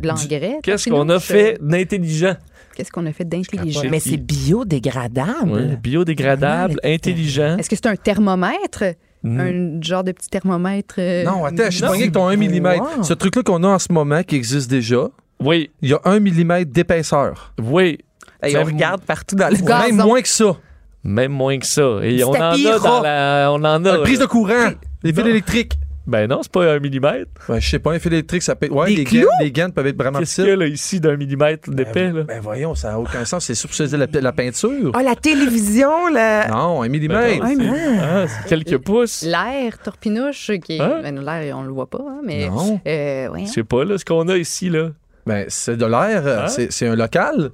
Speaker 4: de l'engrais.
Speaker 3: Qu'est-ce
Speaker 4: sinon,
Speaker 3: qu'on a
Speaker 4: je-
Speaker 3: fait d'intelligent?
Speaker 4: euh, Qu'est-ce qu'on a fait d'intelligent?
Speaker 9: Mais c'est biodégradable.
Speaker 3: Ah, Ouais, Biodégradable, intelligent.
Speaker 4: Est-ce que c'est un thermomètre?
Speaker 3: Mm.
Speaker 4: Un genre de petit thermomètre? euh,
Speaker 5: Non, attends, je suis
Speaker 3: Non.
Speaker 5: pogné avec ton 1 mm.
Speaker 9: Wow.
Speaker 5: Ce truc-là qu'on a en ce moment, qui existe déjà,
Speaker 3: Oui,
Speaker 5: il y a 1 mm d'épaisseur.
Speaker 3: oui.
Speaker 9: Et on
Speaker 3: Même-
Speaker 9: regarde partout dans le
Speaker 4: Ou gazon.
Speaker 5: Même moins que ça.
Speaker 3: Même moins que ça. Et
Speaker 9: Du
Speaker 3: on en
Speaker 9: tapis
Speaker 3: a dans
Speaker 9: ras.
Speaker 3: la. On en a.
Speaker 5: Une prise de
Speaker 3: là.
Speaker 5: courant, les fils électriques.
Speaker 3: Ben non, c'est pas un millimètre.
Speaker 5: Ouais, je sais pas, un fil électrique, ça peut être. Ouais,
Speaker 9: Des
Speaker 5: les
Speaker 9: clous?
Speaker 5: gaines, les gaines peuvent être vraiment
Speaker 3: Qu'est-ce qu'il y
Speaker 5: petites.
Speaker 3: a là, ici d'un millimètre d'épais? là?
Speaker 5: Ben voyons, ça n'a aucun sens. C'est substituer la, la peinture.
Speaker 9: Ah, la télévision, la.
Speaker 5: Non, un
Speaker 3: Ben
Speaker 5: millimètre.
Speaker 3: non, c'est- ah, c'est quelques pouces.
Speaker 4: L'air, torpinouche, qui est-
Speaker 3: Hein?
Speaker 4: ben, l'air, on le voit pas, hein, mais.
Speaker 5: Non.
Speaker 4: Euh, ouais, hein.
Speaker 3: Je sais pas, là, ce qu'on a ici, là.
Speaker 5: Ben, c'est de l'air, euh,
Speaker 3: Hein?
Speaker 5: c'est c'est un local.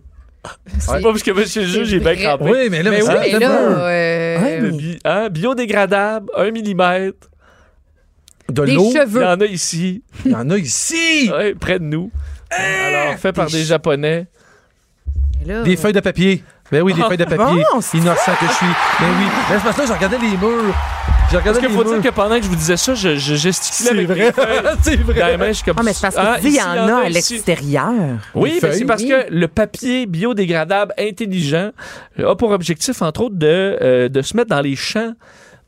Speaker 3: C'est pas parce que monsieur le juge est bien
Speaker 4: vrai.
Speaker 3: crampé.
Speaker 5: Oui, mais là,
Speaker 4: Mais
Speaker 5: mais
Speaker 4: oui,
Speaker 5: ça,
Speaker 4: mais
Speaker 5: ça
Speaker 4: là,
Speaker 5: meurt.
Speaker 4: euh,
Speaker 3: Le bi- hein, biodégradable, un millimètre.
Speaker 5: de
Speaker 4: des
Speaker 5: l'eau,
Speaker 3: Il y
Speaker 4: cheveux.
Speaker 3: en a ici.
Speaker 5: il y en a ici.
Speaker 3: Ouais, près de nous. Alors, fait par des Japonais.
Speaker 4: Là,
Speaker 3: Euh.
Speaker 5: Des feuilles de papier. Ben oui, des feuilles
Speaker 3: Ah,
Speaker 5: de papier.
Speaker 9: Bon,
Speaker 5: Innocent que je suis. Ben oui. Mais c'est parce que là, je regardais les murs. Je
Speaker 3: Parce
Speaker 5: regardais
Speaker 3: qu'il
Speaker 5: les
Speaker 3: faut
Speaker 5: murs.
Speaker 3: dire que pendant que je vous disais ça, je, je gesticulais
Speaker 5: C'est
Speaker 3: avec
Speaker 5: vrai.
Speaker 3: les (laughs) feuilles
Speaker 5: c'est vrai.
Speaker 3: dans les mains, je suis comme
Speaker 9: Ah, mais c'est parce
Speaker 3: Ah,
Speaker 9: que tu dis, il y
Speaker 3: ici,
Speaker 9: en a à
Speaker 3: ici.
Speaker 9: l'extérieur.
Speaker 3: Oui,
Speaker 5: Les
Speaker 3: mais c'est
Speaker 5: feuilles.
Speaker 3: parce que le papier biodégradable intelligent a pour objectif, entre autres, de, euh, de se mettre dans les champs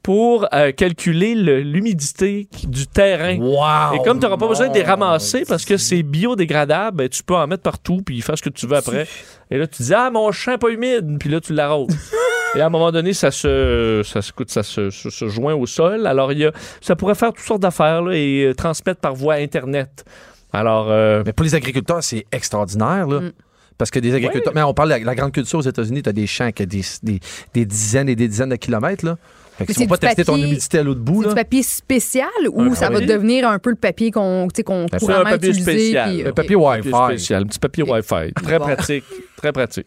Speaker 3: pour euh, calculer le- l'humidité qui- du terrain.
Speaker 5: Wow!
Speaker 3: Et comme tu n'auras pas besoin de les
Speaker 5: Oh mon
Speaker 3: ramasser parce que c'est biodégradable, ben, tu peux en mettre partout puis faire ce que tu veux après. Et là, tu dis Ah, mon champ est pas humide. Puis là, tu
Speaker 5: (laughs)
Speaker 3: l'arroses. Et à un moment donné, ça se, ça se, écoute, ça se, se- se joint au sol. Alors, il y a, ça pourrait faire toutes sortes d'affaires là, et euh, transmettre par voie Internet. Alors, euh,
Speaker 5: Mais pour les agriculteurs, c'est extraordinaire,
Speaker 3: Mm.
Speaker 5: là. Parce que des agriculteurs. Mais on parle de la, la grande culture aux États-Unis, tu as des champs qui ont des, des, des dizaines et des dizaines de kilomètres, là. Fait que
Speaker 4: Mais
Speaker 5: tu
Speaker 4: c'est
Speaker 5: vas pas
Speaker 4: du
Speaker 5: tester ton
Speaker 4: papier-
Speaker 5: humidité à l'autre bout,
Speaker 4: C'est
Speaker 5: là.
Speaker 4: du papier spécial ou ça va
Speaker 3: oui.
Speaker 4: devenir un peu le papier qu'on tu sais, qu'on
Speaker 5: C'est
Speaker 3: un
Speaker 4: couramment
Speaker 3: papier
Speaker 4: utilisé?
Speaker 3: spécial.
Speaker 4: puis- euh,
Speaker 3: Un
Speaker 5: Le
Speaker 4: OK.
Speaker 5: papier
Speaker 3: papier
Speaker 5: Wi-Fi.
Speaker 3: spécial, un petit papier Wi-Fi. Très pratique. Très pratique.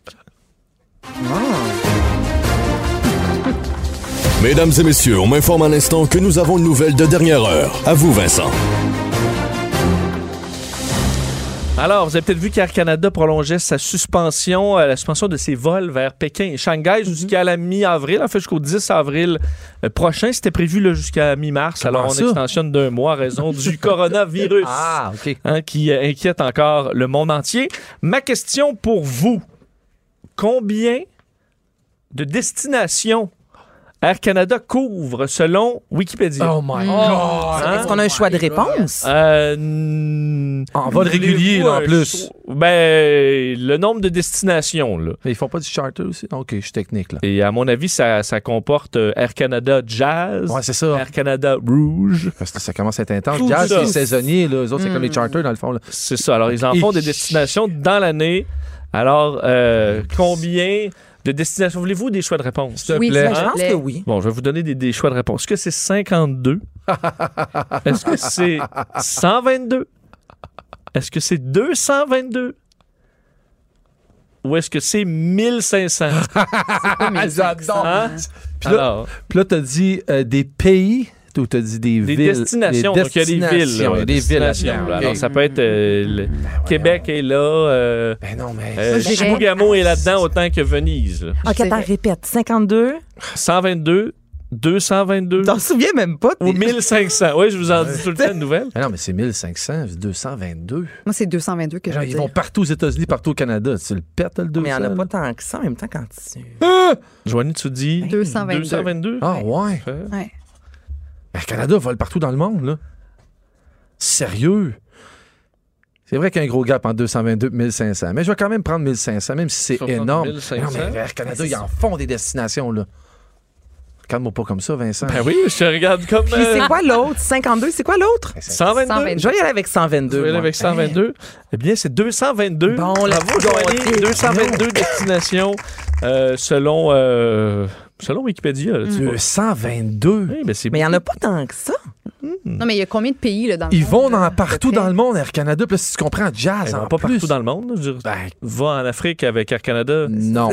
Speaker 2: Mesdames et messieurs, on m'informe à l'instant que nous avons une nouvelle de dernière heure. À vous, Vincent.
Speaker 3: Alors, vous avez peut-être vu qu'Air Canada prolongeait sa suspension, euh, la suspension de ses vols vers Pékin et
Speaker 5: Mhm.
Speaker 3: Shanghai jusqu'à la mi-avril, en fait jusqu'au 10 avril euh, prochain. C'était prévu là, jusqu'à mi-mars. Alors, on
Speaker 5: ça?
Speaker 3: extensionne d'un mois à raison
Speaker 5: (laughs)
Speaker 3: du coronavirus
Speaker 5: Ah, OK.
Speaker 3: hein, qui euh, inquiète encore le monde entier. Ma question pour vous, combien de destinations Air Canada couvre selon Wikipédia?
Speaker 5: Oh my God!
Speaker 3: Hein?
Speaker 9: Est-ce qu'on a un choix de réponse?
Speaker 3: Euh, n-
Speaker 5: En vol régulier, là, en plus.
Speaker 3: Ben, le nombre de destinations, là.
Speaker 5: Mais ils font pas du charter aussi? OK, je suis technique, là.
Speaker 3: Et à mon avis, ça, ça comporte euh, Air Canada Jazz,
Speaker 5: Ouais, c'est ça.
Speaker 3: Air Canada Rouge.
Speaker 5: Parce que ça commence à être intense.
Speaker 3: Tout
Speaker 5: Jazz,
Speaker 3: ça. Hmm.
Speaker 5: c'est saisonnier, là. Eux autres, c'est comme les charters, dans le fond, là.
Speaker 3: C'est ça. Alors, ils en
Speaker 5: Et-
Speaker 3: font des destinations dans l'année. Alors, euh, combien de destinations voulez-vous des choix de réponse?
Speaker 5: te
Speaker 4: Oui,
Speaker 5: plaît.
Speaker 9: Ben, je
Speaker 3: Hein?
Speaker 9: pense que oui.
Speaker 3: Bon, je vais vous donner des, des choix de réponse. Est-ce que c'est
Speaker 5: (laughs)
Speaker 3: 52? Est-ce que c'est 122? Est-ce que c'est 222? Ou est-ce que c'est 1500?
Speaker 5: (laughs)
Speaker 9: Ah,
Speaker 5: J'adore.
Speaker 3: Ah, Hein?
Speaker 5: Puis là-
Speaker 3: Alors,
Speaker 5: Puis là, t'as dit euh, des pays ou t'as dit des,
Speaker 3: des
Speaker 5: villes?
Speaker 3: destinations. Donc, il y a des villes.
Speaker 5: destinations.
Speaker 3: là.
Speaker 5: Il y a des villes.
Speaker 3: Destinations,
Speaker 5: là-dedans.
Speaker 3: là.
Speaker 5: OK.
Speaker 3: Alors, ça peut être euh, le Québec est là. euh,
Speaker 5: Ben non, mais...
Speaker 3: euh,
Speaker 4: Moi, je dirais-
Speaker 3: Chibougamau est là-dedans autant que Venise. là.
Speaker 9: Ok, attends, répète. 52?
Speaker 3: 122, 222
Speaker 9: T'en souviens même pas?
Speaker 3: ou
Speaker 9: t'es-
Speaker 3: 1500. Oui, je vous en dis tout le
Speaker 5: (laughs)
Speaker 3: temps une nouvelle.
Speaker 5: Ah non, mais c'est 1500, c'est 222.
Speaker 4: Moi, c'est 222 que je
Speaker 5: Genre,
Speaker 4: veux
Speaker 5: ils
Speaker 4: dire.
Speaker 5: vont partout aux États-Unis, partout au Canada. Tu le pètes, le 200.
Speaker 9: Mais il n'y en a
Speaker 5: là.
Speaker 9: pas tant que ça en même temps quand tu.
Speaker 3: Joanie, tu dis
Speaker 9: Ben,
Speaker 4: 222.
Speaker 3: 222?
Speaker 5: Ah ouais.
Speaker 4: Ouais.
Speaker 5: Le Canada vole partout dans le monde, là. Sérieux. C'est vrai qu'il y a un gros gap en 222 et 1500. Mais je vais quand même prendre 1500, même si
Speaker 3: Tu
Speaker 5: c'est
Speaker 3: vas prendre
Speaker 5: énorme.
Speaker 3: 1500?
Speaker 5: Non, mais Air Canada, ils en font des destinations, là. Regarde-moi pas comme ça, Vincent.
Speaker 3: Ben oui, je te regarde comme
Speaker 9: Puis
Speaker 3: euh,
Speaker 9: c'est quoi l'autre? 52, c'est quoi l'autre?
Speaker 3: 122.
Speaker 4: 122.
Speaker 9: Je vais y aller avec
Speaker 3: Tu vas
Speaker 9: 122.
Speaker 3: aller
Speaker 9: moi.
Speaker 3: avec 122. Eh bien, c'est 222.
Speaker 9: Bon, la
Speaker 3: Bravo, Joanie. 222 destinations euh, selon, euh, selon Wikipédia. là, tu vois.
Speaker 5: 222.
Speaker 3: Oui, mais ben, c'est
Speaker 9: Mm. Mais il n'y en a pas tant que ça.
Speaker 4: Non, mais il y a combien de pays là, dans le
Speaker 5: Ils
Speaker 4: monde,
Speaker 5: vont
Speaker 4: là,
Speaker 5: dans
Speaker 4: à peu
Speaker 5: partout
Speaker 4: près?
Speaker 5: dans le monde, Air Canada. Puis là, si tu comprends, jazz
Speaker 3: Ils vont
Speaker 5: en
Speaker 3: Eh ben, pas
Speaker 5: plus.
Speaker 3: partout dans le monde. là, je veux dire,
Speaker 5: Ben,
Speaker 3: Va en Afrique avec Air Canada. (laughs)
Speaker 5: non.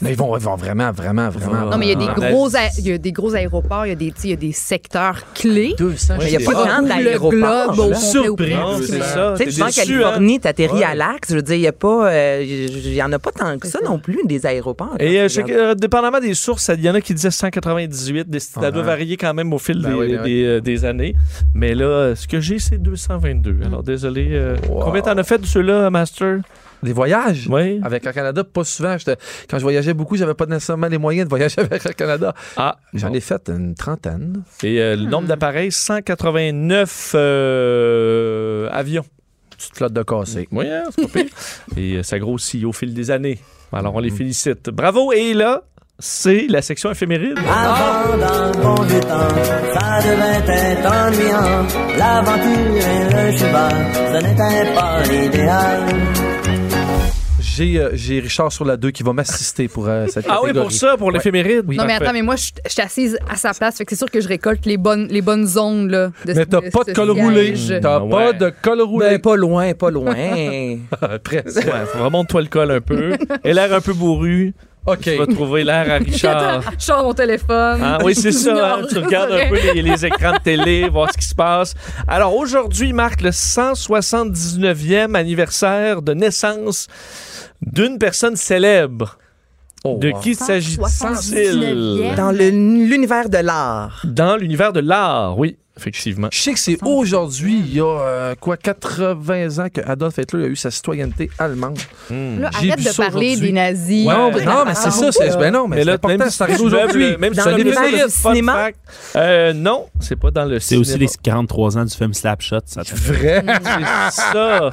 Speaker 5: mais ils vont, ils vont vraiment, vraiment, vraiment.
Speaker 4: Non, mais il y a
Speaker 3: Ah.
Speaker 4: des gros, a- il y a des gros aéroports, il y a des, tu sais, il y a des secteurs clés.
Speaker 5: 200.
Speaker 9: Mais il n'y a
Speaker 5: je
Speaker 9: pas
Speaker 5: sais
Speaker 9: tant
Speaker 4: Tout
Speaker 9: d'aéroports.
Speaker 4: Le globe au complet au
Speaker 3: Surpris.
Speaker 4: complet.
Speaker 3: c'est
Speaker 4: Mais-
Speaker 3: ça.
Speaker 9: Tu sais,
Speaker 3: T'es
Speaker 9: tu vas en
Speaker 3: déçu, hein?
Speaker 9: Californie, t'atterris
Speaker 3: Ouais.
Speaker 9: à l'Axe. Je veux dire, il n'y a pas. euh, Il n'y en a pas tant que ça non plus, des aéroports.
Speaker 3: Et euh,
Speaker 9: Regarde.
Speaker 3: je- euh, dépendamment des sources, il y en a qui disaient 198. des- ça doit varier quand même au fil
Speaker 5: Ben
Speaker 3: des,
Speaker 5: oui, ben oui.
Speaker 3: des, euh, des années. Mais là, euh, ce que j'ai, c'est 222.
Speaker 5: Mm.
Speaker 3: Alors, désolé. euh, Combien t'en as fait de ceux-là, Master?
Speaker 5: Des voyages?
Speaker 3: Oui.
Speaker 5: Avec Air Canada, pas souvent. J'étais- Quand je voyageais beaucoup, j'avais pas nécessairement les moyens de voyager (laughs) avec Air Canada.
Speaker 3: Ah,
Speaker 5: J'en ai Hmm. fait une trentaine.
Speaker 3: Et euh, le nombre d'appareils, 189 euh, avions.
Speaker 5: Petite flotte de cassé.
Speaker 3: Oui, hein, c'est pas pire. (laughs) Et euh, ça grossit au fil des années. Alors, on
Speaker 5: Hmm.
Speaker 3: les félicite. Bravo. Et là, c'est la section éphéméride.
Speaker 4: Ah.
Speaker 12: Avant dans le bon vieux temps, ça devait être ennuyant. L'aventure et le cheval, ce n'était pas l'idéal.
Speaker 5: J'ai euh, j'ai Richard sur la 2 qui va m'assister pour euh, cette
Speaker 3: Ah oui,
Speaker 5: catégorie.
Speaker 3: pour ça, pour l'éphéméride.
Speaker 4: Non, mais
Speaker 3: Parfait.
Speaker 4: attends, mais moi, je suis- je suis assise à sa place. Fait que c'est sûr que je récolte les bonnes, les bonnes zones, là. De,
Speaker 5: Mais t'as
Speaker 4: de
Speaker 5: pas de
Speaker 4: ce
Speaker 5: col roulé.
Speaker 4: siège.
Speaker 5: T'as
Speaker 3: Ah Ouais.
Speaker 5: pas de col roulé.
Speaker 9: Ben, pas loin, pas loin.
Speaker 3: (laughs)
Speaker 5: presque.
Speaker 3: Euh, Ouais, faut- remonte-toi le col un peu. Et l'air un peu bourru.
Speaker 5: OK.
Speaker 3: Tu vas trouver l'air à Richard.
Speaker 4: Attends, Ah, je sors mon téléphone.
Speaker 3: Hein, oui, c'est ça. hein,
Speaker 4: J'ignore.
Speaker 3: tu regardes un peu les, les écrans de télé, voir ce qui se passe. Alors, aujourd'hui marque le 179e anniversaire de naissance d'une personne célèbre. de qui s'agit-il?
Speaker 9: Dans le- l'univers de l'art.
Speaker 3: Dans l'univers de l'art, oui, effectivement.
Speaker 5: Je sais que c'est aujourd'hui, il y a euh, quoi, 80 ans que Adolf Hitler a eu sa citoyenneté allemande.
Speaker 4: Là,
Speaker 5: J'ai
Speaker 4: arrête
Speaker 5: vu
Speaker 4: de
Speaker 5: ça
Speaker 4: parler
Speaker 5: aujourd'hui.
Speaker 4: des nazis.
Speaker 5: Ouais, non, mais- non, mais c'est ça, c'est- ben non, mais c'est
Speaker 3: Euh, là,
Speaker 5: important,
Speaker 3: même si
Speaker 5: c'est arrivé
Speaker 3: tu meubles,
Speaker 5: aujourd'hui.
Speaker 3: Même si
Speaker 5: Dans
Speaker 3: tu as des
Speaker 5: l'univers du
Speaker 3: favoris, fun
Speaker 5: cinéma?
Speaker 3: fact. Euh, non, c'est pas dans le
Speaker 8: C'est aussi les 43 ans du film Slapshot. Ça
Speaker 5: vrai.
Speaker 3: C'est ça.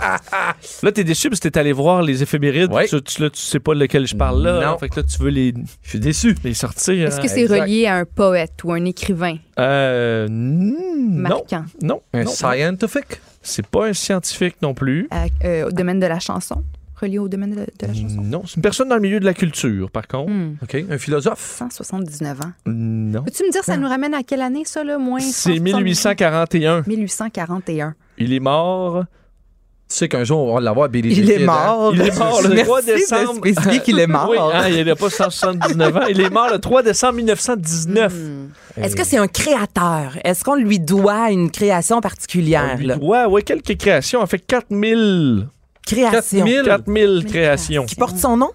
Speaker 3: Là, t'es déçu parce que t'es allé voir les éphémérides. Tu, tu- là, tu sais pas de lequel je parle là.
Speaker 5: Non.
Speaker 3: Fait que là, tu veux les. Je suis déçu. Les sortir. hein?
Speaker 4: Est-ce que c'est relié à un poète ou un écrivain
Speaker 3: Euh. Non.
Speaker 4: marquant
Speaker 3: Non.
Speaker 5: Un
Speaker 3: non.
Speaker 5: scientific?
Speaker 3: C'est pas un scientifique non plus.
Speaker 4: à- euh, au domaine de la chanson? Relié au domaine de, de la chanson?
Speaker 3: Non. C'est une personne dans le milieu de la culture, par contre.
Speaker 5: OK. Un philosophe?
Speaker 4: 179 ans.
Speaker 3: Non.
Speaker 4: Peux-tu me dire,
Speaker 5: Ah.
Speaker 4: ça nous ramène à quelle année, ça, là, moins?
Speaker 3: C'est
Speaker 4: 170?
Speaker 3: 1841.
Speaker 4: 1841.
Speaker 3: Il est mort.
Speaker 5: Tu sais qu'un jour, on va l'avoir, Billy
Speaker 9: Il
Speaker 5: the
Speaker 9: est
Speaker 5: Kid, hein?
Speaker 9: mort.
Speaker 3: Il est mort le 3
Speaker 9: Merci de
Speaker 3: décembre.
Speaker 9: spécifier qu'il est mort.
Speaker 3: (laughs) Oui, hein, il n'a pas 179 ans. Il est mort le 3 décembre 1919.
Speaker 9: Est-ce que c'est un créateur? Est-ce qu'on lui doit une création particulière? là?
Speaker 3: Ah, Ouais, ouais, quelques créations. On fait 4000.
Speaker 9: Création.
Speaker 3: 4000, 4000 créations.
Speaker 9: Qui porte son nom?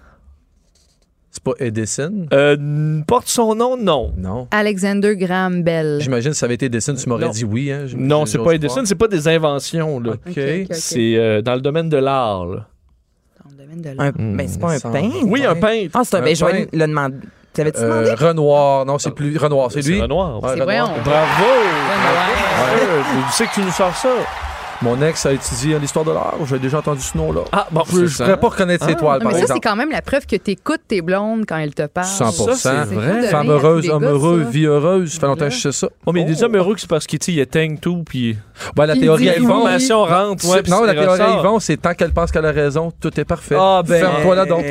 Speaker 5: C'est pas Edison?
Speaker 3: Euh, n- porte son nom, non.
Speaker 5: Non.
Speaker 4: Alexander Graham Bell.
Speaker 5: J'imagine que ça avait été Edison, tu m'aurais
Speaker 3: Non.
Speaker 5: dit oui. Hein? J'ai-
Speaker 3: Non,
Speaker 5: j'ai-
Speaker 3: c'est
Speaker 5: j'ose
Speaker 3: pas
Speaker 5: croire.
Speaker 3: Edison, c'est pas des inventions. Là.
Speaker 5: OK.
Speaker 4: ok.
Speaker 3: C'est euh, dans le domaine de l'art. là.
Speaker 4: Dans le domaine de l'art.
Speaker 9: Un- Mais c'est pas un
Speaker 5: ça-
Speaker 9: peintre?
Speaker 3: Oui, un peintre.
Speaker 9: Ah, c'est Hmm, un.
Speaker 5: Un
Speaker 9: ben, je vais
Speaker 5: peintre.
Speaker 9: le demander. T'avais-tu
Speaker 5: Euh,
Speaker 9: demandé?
Speaker 5: Renoir, non, c'est plus Renoir, c'est lui.
Speaker 3: Ah, C'est Renoir.
Speaker 5: Ouais,
Speaker 4: C'est
Speaker 5: Renoir.
Speaker 4: vrai, on-
Speaker 3: Bravo! Euh, Tu sais que tu nous sors ça.
Speaker 5: Mon ex a étudié l'histoire de l'art, j'avais déjà entendu ce nom-là.
Speaker 3: Ah, bon,
Speaker 5: je
Speaker 3: c'est
Speaker 5: ne pourrais
Speaker 3: ça.
Speaker 5: pas reconnaître ses toiles,
Speaker 4: Ah,
Speaker 5: par
Speaker 4: mais ça, c'est
Speaker 5: exemple.
Speaker 4: quand même la preuve que t'écoutes tes blondes quand elles te parlent.
Speaker 5: 100%.
Speaker 3: Ça, c'est vrai.
Speaker 5: Femme
Speaker 4: donné à
Speaker 5: heureuse,
Speaker 4: tous les
Speaker 5: homme
Speaker 4: gars,
Speaker 5: heureux,
Speaker 4: ça.
Speaker 5: vie heureuse. Ça fait longtemps que je sais ça.
Speaker 3: Oh, mais il y a des hommes heureux que c'est parce qu'ils tu sais, ils éteignent tout, puis
Speaker 5: Ben, la
Speaker 4: Il
Speaker 5: théorie
Speaker 4: dit
Speaker 5: à Yvon.
Speaker 4: oui.
Speaker 3: l'information rentre. Ouais,
Speaker 5: c'est-
Speaker 3: puis
Speaker 5: non,
Speaker 3: c'est
Speaker 5: la théorie à
Speaker 3: ressort.
Speaker 5: Yvon, c'est tant qu'elle pense qu'elle a raison, tout est parfait.
Speaker 3: Ah, ben.
Speaker 5: Ferme-toi là donc.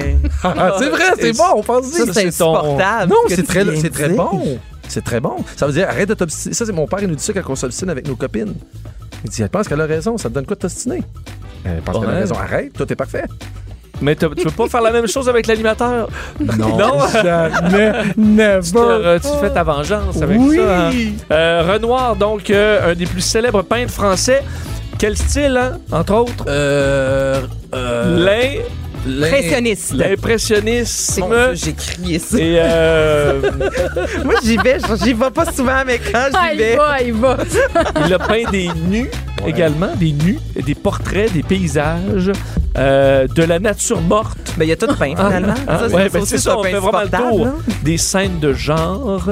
Speaker 5: Ah, (laughs) c'est vrai, c'est bon, on pense
Speaker 3: Ça, c'est ton-
Speaker 9: insupportable.
Speaker 5: Non,
Speaker 9: ce que
Speaker 5: c'est
Speaker 9: tu
Speaker 5: très,
Speaker 9: viens
Speaker 5: c'est
Speaker 9: de
Speaker 5: très
Speaker 9: dire.
Speaker 5: bon. C'est très bon. Ça veut dire, arrête de t'obstiner. Ça, c'est mon père, il nous dit ça quand on s'obstine avec nos copines. Il dit, elle pense qu'elle a raison, ça te donne quoi de t'obstiner? Elle pense qu'elle a
Speaker 3: Ouais.
Speaker 5: raison. Arrête, toi, t'es parfait.
Speaker 3: Mais t'as- tu peux pas faire la même chose avec l'animateur.
Speaker 5: (laughs) Non.
Speaker 3: jamais, Tu,
Speaker 5: (laughs)
Speaker 3: te- tu fais ta vengeance avec ça. hein. Euh, Renoir, donc, euh, un des plus célèbres peintres français. Quel style, hein, entre autres?
Speaker 5: Euh. euh
Speaker 3: L'in-
Speaker 9: Impressionniste.
Speaker 3: L'impressionnisme.
Speaker 9: Ben, Mon Dieu, j'ai crié ça. (laughs)
Speaker 3: Et euh,
Speaker 9: Moi, j'y vais. J'y vais pas souvent, mais quand
Speaker 4: Ah,
Speaker 9: j'y
Speaker 4: il
Speaker 9: vais.
Speaker 4: va, il va.
Speaker 3: il a peint des nus également, des nus, des portraits, des paysages, euh, de la nature morte.
Speaker 9: Mais Ben, il y a tout peint, finalement.
Speaker 3: Hein?
Speaker 9: Ça,
Speaker 3: Ouais,
Speaker 9: ça
Speaker 3: ben,
Speaker 9: aussi,
Speaker 3: c'est ça,
Speaker 9: un
Speaker 3: on
Speaker 9: peu
Speaker 3: fait vraiment le
Speaker 9: insupportable,
Speaker 3: tour.
Speaker 9: là.
Speaker 3: Des scènes de genre.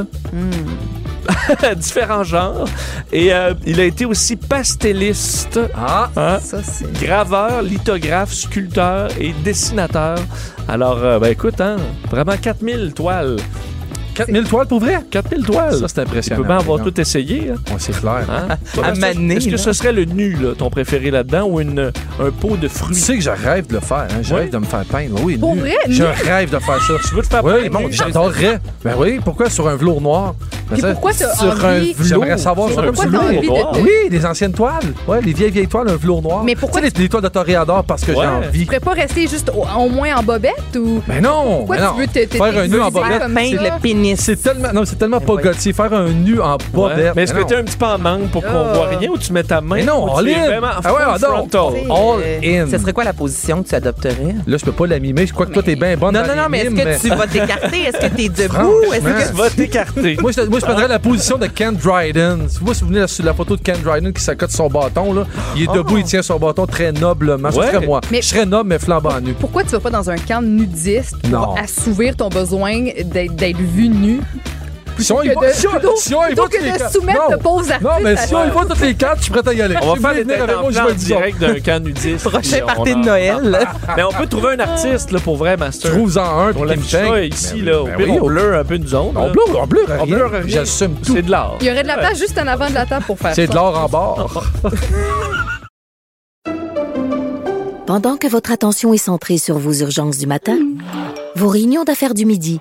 Speaker 5: Hmm.
Speaker 3: (laughs) Différents genres. Et euh, il a été aussi pastelliste,
Speaker 5: Ah,
Speaker 3: hein,
Speaker 4: Ça, c'est.
Speaker 3: graveur, lithographe, sculpteur et dessinateur. Alors, euh, ben écoute, hein, vraiment 4000 toiles.
Speaker 5: 4000 toiles pour vrai?
Speaker 3: 4000 toiles.
Speaker 5: Ça, c'est
Speaker 3: tu
Speaker 5: impressionnant.
Speaker 3: peux bien avoir
Speaker 5: par
Speaker 3: tout essayé. hein.
Speaker 5: exemple. Ouais, c'est clair.
Speaker 3: Hein? Toi,
Speaker 9: À
Speaker 3: est-ce-
Speaker 9: maner,
Speaker 3: Est-ce que
Speaker 9: là.
Speaker 3: ce serait le nu, là, ton préféré là-dedans, ou une, un pot de
Speaker 5: Tu
Speaker 3: fruits?
Speaker 5: sais que je rêve de le faire, hein? je
Speaker 3: Oui.
Speaker 5: rêve de me faire peindre. Oui,
Speaker 4: Pour
Speaker 5: nu.
Speaker 4: vrai,
Speaker 5: Je
Speaker 4: nu?
Speaker 5: rêve de faire ça.
Speaker 3: Tu veux te faire
Speaker 5: Oui,
Speaker 3: peindre
Speaker 5: bon,
Speaker 3: nu?
Speaker 5: j'adorerais. Ben oui, pourquoi sur un velours noir? Ben
Speaker 4: Puis
Speaker 5: ça,
Speaker 4: pourquoi t'as
Speaker 5: sur
Speaker 4: envie-
Speaker 5: un velours? J'aimerais savoir
Speaker 4: Mais
Speaker 5: ça comme
Speaker 4: pourquoi
Speaker 5: sur
Speaker 4: t'as
Speaker 5: le
Speaker 4: envie
Speaker 5: velours.
Speaker 3: de-
Speaker 5: Oui, les anciennes toiles. Ouais, les vieilles vieilles toiles, un velours noir.
Speaker 4: Mais pourquoi
Speaker 5: Tu sais, les, les toiles de Toréador parce que
Speaker 3: Ouais.
Speaker 5: j'ai envie.
Speaker 4: Tu pourrais pas rester juste au, au moins en bobette ou.
Speaker 5: Ben non!
Speaker 4: Pourquoi
Speaker 5: ben
Speaker 4: tu
Speaker 5: non.
Speaker 4: veux te- te-
Speaker 5: Faire un nœud en
Speaker 4: te- te-
Speaker 5: bobette,
Speaker 4: comme
Speaker 9: Peindre
Speaker 4: ça?
Speaker 9: le pénis.
Speaker 5: c'est tellement, non, c'est tellement pas
Speaker 9: oui.
Speaker 5: gothier. Faire un nu en
Speaker 3: Ouais.
Speaker 5: bobette. Ben
Speaker 3: Mais est-ce que
Speaker 5: non.
Speaker 3: t'es un petit peu en manque pour qu'on
Speaker 4: Ah.
Speaker 3: voit rien ou tu mets ta main?
Speaker 5: Mais non,
Speaker 3: ou
Speaker 5: all
Speaker 3: tu es
Speaker 5: in.
Speaker 3: vraiment
Speaker 5: Ah ouais,
Speaker 3: full
Speaker 5: adore.
Speaker 3: frontal?
Speaker 5: All
Speaker 9: Euh,
Speaker 5: in.
Speaker 9: Ce serait quoi la position que tu adopterais?
Speaker 5: Là, je peux pas la mimer. Je crois que toi, t'es bien bonne.
Speaker 9: Non,
Speaker 5: dans
Speaker 9: non,
Speaker 5: les
Speaker 9: non, mais est-ce
Speaker 5: mimes,
Speaker 9: que tu vas t'écarter? Est-ce
Speaker 3: (laughs)
Speaker 9: que t'es debout?
Speaker 5: Franchement.
Speaker 9: Est-ce
Speaker 3: (laughs)
Speaker 9: que
Speaker 3: Tu vas (laughs) t'écarter.
Speaker 5: Moi, je, moi, je prendrais la position de Ken Dryden. Si vous vous souvenez de la photo de Ken Dryden qui s'accote son bâton, là, il est debout, il tient son bâton très noblement.
Speaker 3: Ouais.
Speaker 5: Ce serait moi.
Speaker 4: Mais-
Speaker 5: Je serais noble, mais flambant nu.
Speaker 4: Pourquoi tu vas pas dans un camp nudiste pour
Speaker 5: Non.
Speaker 4: assouvir ton besoin d'être d'être vu nu?
Speaker 5: Si on y
Speaker 4: que
Speaker 5: va,
Speaker 4: de-
Speaker 5: si on-
Speaker 4: plutôt-
Speaker 5: si on y
Speaker 4: plutôt
Speaker 5: va
Speaker 4: que
Speaker 5: tous les
Speaker 4: de
Speaker 5: quatre-
Speaker 4: soumettre
Speaker 5: Non.
Speaker 4: le pauvre
Speaker 5: Non, mais
Speaker 4: artiste
Speaker 5: si
Speaker 4: à-
Speaker 5: on y va toutes les quatre, je suis prêt à y aller.
Speaker 3: On
Speaker 5: Si
Speaker 3: va
Speaker 5: vous
Speaker 3: faire des
Speaker 5: voulez venir
Speaker 3: têtes
Speaker 5: avec
Speaker 3: en
Speaker 5: moi, je
Speaker 3: plan
Speaker 5: vais
Speaker 3: en
Speaker 5: le dire.
Speaker 3: direct
Speaker 4: (laughs)
Speaker 3: d'un camp nudiste.
Speaker 9: prochain
Speaker 3: On
Speaker 9: party
Speaker 3: en-
Speaker 9: de Noël?
Speaker 3: Mais on peut trouver un artiste là, pour vrai, Master.
Speaker 5: Trouve-en un,
Speaker 3: on
Speaker 5: puis qu'il me
Speaker 3: l'affiche ça
Speaker 5: teigne.
Speaker 3: ici,
Speaker 5: Ben
Speaker 3: là. Au
Speaker 5: oui,
Speaker 3: pire,
Speaker 5: ben oui,
Speaker 3: on
Speaker 5: au-
Speaker 3: bleu un peu une zone.
Speaker 5: On
Speaker 3: là.
Speaker 5: bleure, on bleure,
Speaker 3: On
Speaker 5: rien.
Speaker 3: pleure rien.
Speaker 5: J'assume tout.
Speaker 3: C'est de l'art.
Speaker 4: Il y aurait de la place juste en avant de la table pour faire
Speaker 5: C'est
Speaker 4: ça.
Speaker 5: de l'or
Speaker 3: (laughs)
Speaker 5: en barre.
Speaker 10: Pendant que votre attention est centrée sur vos urgences du matin, vos réunions d'affaires du midi,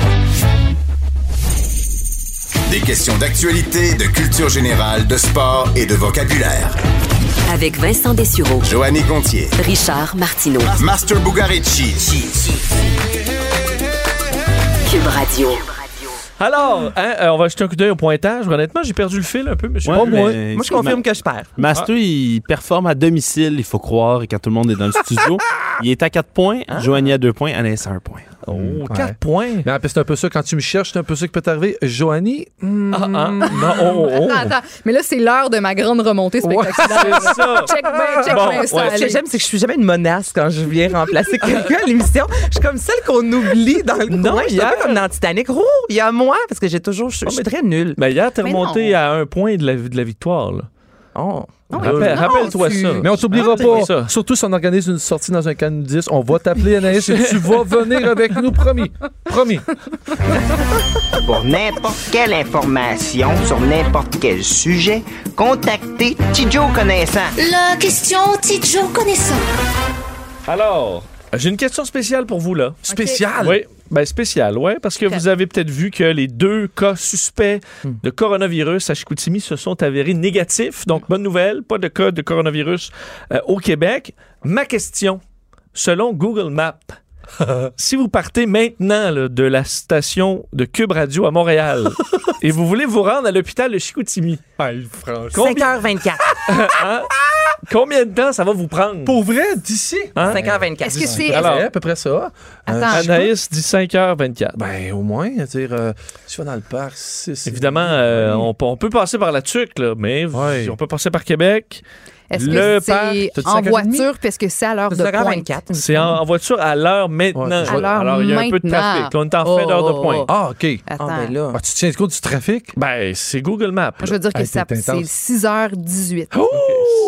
Speaker 13: Des questions d'actualité, de culture générale, de sport et de vocabulaire.
Speaker 1: Avec Vincent Dessureau,
Speaker 13: Joanny Gontier,
Speaker 1: Richard Martineau.
Speaker 13: Master Bugarici.
Speaker 1: Cube Radio.
Speaker 3: Alors, hein, euh, on va jeter un coup d'œil au pointage. Honnêtement, j'ai perdu le fil un peu, mais je suis
Speaker 8: Ouais,
Speaker 3: pas
Speaker 8: mais-
Speaker 3: moi.
Speaker 8: Moi, je confirme
Speaker 9: que je perds.
Speaker 8: Master,
Speaker 5: Ah.
Speaker 8: il performe à domicile, il faut croire, et quand tout le monde est dans le
Speaker 5: (laughs)
Speaker 8: studio. Il est à 4 points,
Speaker 5: Ah.
Speaker 8: Joanie à 2 points, Anaïs à 1 point.
Speaker 5: Oh,
Speaker 3: quatre points.
Speaker 5: Mais en plus, c'est un peu ça. Quand tu me cherches, c'est un peu ça qui peut t'arriver. Joanie. hmm,
Speaker 3: Ah,
Speaker 8: Mm.
Speaker 3: non, oh, oh.
Speaker 4: Attends, attends. Mais là, c'est l'heure de ma grande remontée spectaculaire.
Speaker 9: Ouais, c'est ça.
Speaker 4: Check bien, check
Speaker 9: Bon,
Speaker 4: bien ça.
Speaker 9: ouais. Ce que
Speaker 4: allez.
Speaker 9: j'aime, Ah, c'est que je suis jamais une menace quand je viens (laughs) remplacer quelqu'un à l'émission. Je suis comme celle qu'on oublie dans le coin. Je suis un peu comme dans Titanic. Ouh, il y a moi, parce que j'ai toujours... Je, je suis très nulle.
Speaker 3: Mais Ben, hier, t'es
Speaker 9: Mais
Speaker 3: remonté
Speaker 9: non.
Speaker 3: à un point de la, de la victoire. là.
Speaker 9: Oh.
Speaker 3: Rappel-
Speaker 5: Non,
Speaker 3: Rappelle-toi
Speaker 5: tu-
Speaker 3: ça.
Speaker 5: Mais on t'oubliera pas.
Speaker 3: Rappelle-toi Ah, ça.
Speaker 5: Surtout si on organise une sortie dans un canot 10, on va t'appeler Anaïs et tu vas venir avec nous, promis. Promis.
Speaker 14: Pour n'importe quelle information sur n'importe quel sujet, contactez Tidjo Connaissant.
Speaker 15: La question Tidjo connaissant.
Speaker 3: Alors, j'ai une question spéciale pour vous, là. Spéciale? Oui. Ben, spéciale, ouais, parce que vous avez peut-être vu que les deux cas suspects de coronavirus à Chicoutimi se sont avérés négatifs. Donc, bonne nouvelle, pas de cas de coronavirus euh, au Québec. Ma question, selon Google (laughs) Maps, si vous partez maintenant là, de la station de Cube Radio à (laughs) Montréal et vous voulez vous rendre à l'hôpital de Chicoutimi, combien,
Speaker 9: 5h24. (laughs)
Speaker 3: hein? combien de temps ça va vous prendre?
Speaker 5: Pour vrai, d'ici?
Speaker 3: Hein?
Speaker 9: 5h24.
Speaker 4: Est-ce que c'est-
Speaker 3: Alors,
Speaker 5: à peu près ça. Euh,
Speaker 3: Anaïs dit 5h24.
Speaker 5: Ben, au moins, je veux dire, euh, si on va dans le parc, c'est.
Speaker 3: Évidemment, euh, on, peut- on peut passer par la Tuque, là, mais vous- on peut passer par Québec.
Speaker 4: Est-ce
Speaker 3: le
Speaker 4: que
Speaker 3: parc.
Speaker 4: c'est en voiture parce que c'est à l'heure de pointe?
Speaker 3: C'est en, en voiture à l'heure maintenant.
Speaker 4: Ouais, je vois. À l'heure
Speaker 3: Alors, il y a un peu de
Speaker 4: maintenant.
Speaker 3: trafic. Là, on est en
Speaker 4: Oh,
Speaker 3: fin d'heure de
Speaker 4: oh,
Speaker 3: pointe.
Speaker 4: oh.
Speaker 5: Ah, OK.
Speaker 4: Attends. Ah, ben là.
Speaker 5: Ah, tu tiens compte du trafic?
Speaker 3: Ben, c'est Google Maps.
Speaker 4: Je veux dire que
Speaker 5: Hey,
Speaker 4: ça-
Speaker 5: t'es
Speaker 4: c'est
Speaker 5: intense.
Speaker 4: 6h18.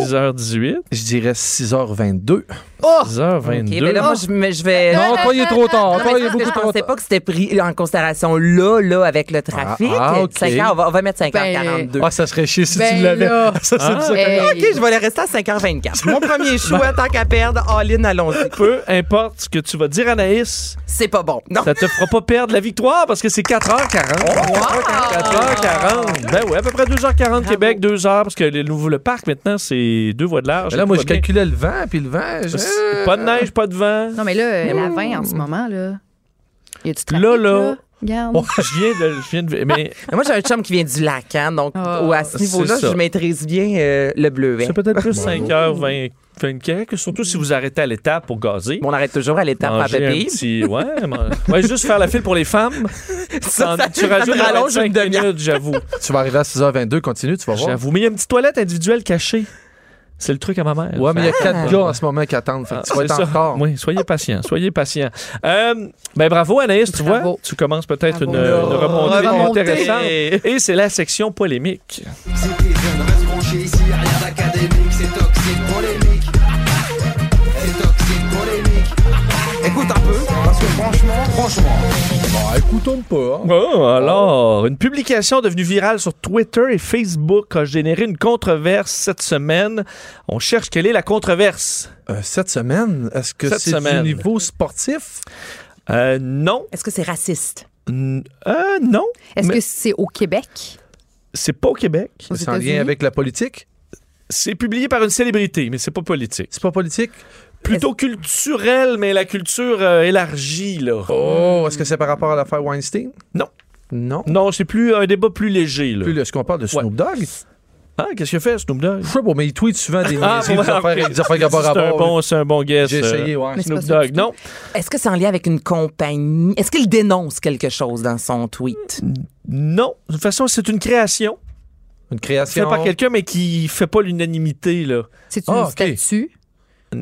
Speaker 3: 6h18.
Speaker 5: Je dirais 6h22.
Speaker 4: Oh!
Speaker 3: 6h22.
Speaker 9: OK, mais ben là, moi, je, mais je vais...
Speaker 5: Non, toi, il est trop tard. Toi, il est
Speaker 9: parce que
Speaker 5: beaucoup
Speaker 9: je
Speaker 5: trop
Speaker 9: pensais pas que c'était pris en considération là, là, avec le trafic.
Speaker 5: Ah, ah, OK.
Speaker 9: 5h, on va, on va mettre 5h42.
Speaker 5: Ah, ça serait chier si
Speaker 9: Ben
Speaker 5: tu l'avais.
Speaker 9: là.
Speaker 5: (laughs) Ça,
Speaker 3: Hein?
Speaker 5: c'est
Speaker 9: Ah,
Speaker 5: pour ça que-
Speaker 9: OK, je vais le rester à 5h24. Mon premier (laughs) choix, tant qu'à perdre, all-in, allons-y.
Speaker 3: Peu importe ce que tu vas dire, Anaïs.
Speaker 9: C'est pas bon. Non.
Speaker 3: Ça te fera pas perdre la victoire parce que c'est 4h40.
Speaker 4: Oh,
Speaker 3: 4h40. Ben oui, à peu près 2h40 Québec, 2h parce que le nouveau le parc maintenant, c'est deux voies de large.
Speaker 5: Ben là, moi, je
Speaker 3: Pas bien.
Speaker 5: calculais le vent, puis le vent. je-
Speaker 3: Pas de neige, pas de vent.
Speaker 4: Non, mais là, euh, la 20 en ce moment, là. Y a du trafic,
Speaker 3: Là, Oh,
Speaker 4: là?
Speaker 3: là.
Speaker 4: Regarde.
Speaker 3: Ouais, je viens de. Je viens de mais
Speaker 5: Ah,
Speaker 9: Mais moi, j'ai un chum qui vient du lac, hein, donc ou à ce
Speaker 3: Ah, c'est
Speaker 9: niveau-là,
Speaker 3: ça.
Speaker 9: je maîtrise bien euh, le bleuet.
Speaker 5: ben.
Speaker 3: c'est peut-être plus
Speaker 9: Bon.
Speaker 3: 5h20. 24, surtout si vous arrêtez à l'étape pour gazer.
Speaker 9: On arrête toujours à l'étape à
Speaker 3: Manger un
Speaker 9: Pépé.
Speaker 3: petit- ouais, man- ouais, juste faire la file pour les
Speaker 5: (laughs)
Speaker 3: femmes.
Speaker 9: Ça,
Speaker 3: T'en-
Speaker 9: (laughs) ça-
Speaker 3: tu
Speaker 9: ça
Speaker 3: rajoutes
Speaker 9: rallonge
Speaker 3: 25 minutes, j'avoue.
Speaker 5: Tu vas arriver à 6h22, continue, tu vas voir.
Speaker 3: J'avoue. Mais il y a une petite toilette individuelle cachée. C'est le truc à ma mère. Ah,
Speaker 5: Ouais, mais il y a quatre gars en ce moment qui attendent. Fait que tu vas
Speaker 3: C'est
Speaker 5: être en
Speaker 3: ça.
Speaker 5: retard.
Speaker 3: Oui, soyez patient, soyez patient. Euh, ben bravo Anaïs, tu vois, tu commences peut-être une, une remontée
Speaker 5: Remontée.
Speaker 3: intéressante. Et c'est la section polémique.
Speaker 7: C'était jeune, reste branché ici, y'a rien d'académique, c'est toxique, polémique. C'est toxique, polémique. Écoute un peu, parce que franchement, franchement.
Speaker 5: Bah, écoutons pas.
Speaker 3: Oh, alors, une publication devenue virale sur Twitter et Facebook a généré une controverse cette semaine. On cherche quelle est la controverse.
Speaker 5: Euh, cette semaine, est-ce que
Speaker 3: Cette
Speaker 5: c'est du
Speaker 3: semaine.
Speaker 5: niveau sportif?
Speaker 3: Euh, non.
Speaker 9: Est-ce que c'est raciste?
Speaker 3: N- euh, non.
Speaker 4: Est-ce
Speaker 3: Mais
Speaker 4: que c'est au Québec?
Speaker 3: c'est pas au Québec?
Speaker 4: Aux
Speaker 5: C'est en lien
Speaker 4: États-Unis?
Speaker 5: avec la politique?
Speaker 3: C'est publié par une célébrité, mais c'est pas politique.
Speaker 5: C'est pas politique?
Speaker 3: Plutôt culturel, mais la culture euh, élargie, là.
Speaker 5: Oh, est-ce que c'est par rapport à l'affaire Weinstein?
Speaker 3: Non.
Speaker 5: Non.
Speaker 3: Non, c'est plus un débat plus léger, là.
Speaker 5: Puis, là, est-ce qu'on parle de Snoop Dogg?
Speaker 3: Ah, qu'est-ce qu'il a fait, Snoop Dogg?
Speaker 5: Je sais pas, mais il tweet souvent des
Speaker 3: (laughs) Ah,
Speaker 5: niaiseries,
Speaker 3: bon,
Speaker 5: des
Speaker 3: ok.
Speaker 5: affaires des affaires qui n'ont pas
Speaker 3: C'est un
Speaker 5: rapport.
Speaker 3: bon- c'est un bon guess,
Speaker 5: J'ai
Speaker 3: euh,
Speaker 5: essayé, ouais.
Speaker 3: Mais c'est Snoop pas ça Dogg, du tout. non.
Speaker 9: Est-ce que c'est en lien avec une compagnie? Est-ce qu'il dénonce quelque chose dans son tweet?
Speaker 3: Non. De toute façon, c'est une création.
Speaker 5: Une création.
Speaker 3: Faite par quelqu'un, mais qui fait pas l'unanimité, là.
Speaker 4: C'est une
Speaker 3: Ah, ok.
Speaker 4: statue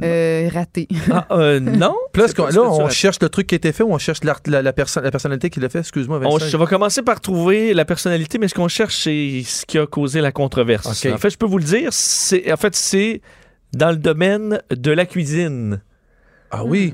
Speaker 4: euh, ratée. (laughs)
Speaker 3: Ah,
Speaker 5: (laughs)
Speaker 3: euh, non.
Speaker 5: Puis là,
Speaker 3: C'est pas
Speaker 5: est-ce
Speaker 3: une
Speaker 5: qu'on- là, on
Speaker 3: statue.
Speaker 5: cherche le truc qui a été fait ou on cherche l'art- la, la perso- la personnalité qui l'a fait? Excuse-moi,
Speaker 3: On,
Speaker 5: Vincent.
Speaker 3: je vais commencer par trouver la personnalité, mais ce qu'on cherche, c'est ce qui a causé la controverse.
Speaker 5: Ok.
Speaker 3: En fait, je peux vous le dire, c'est en fait c'est dans le domaine de la cuisine.
Speaker 5: Ah oui.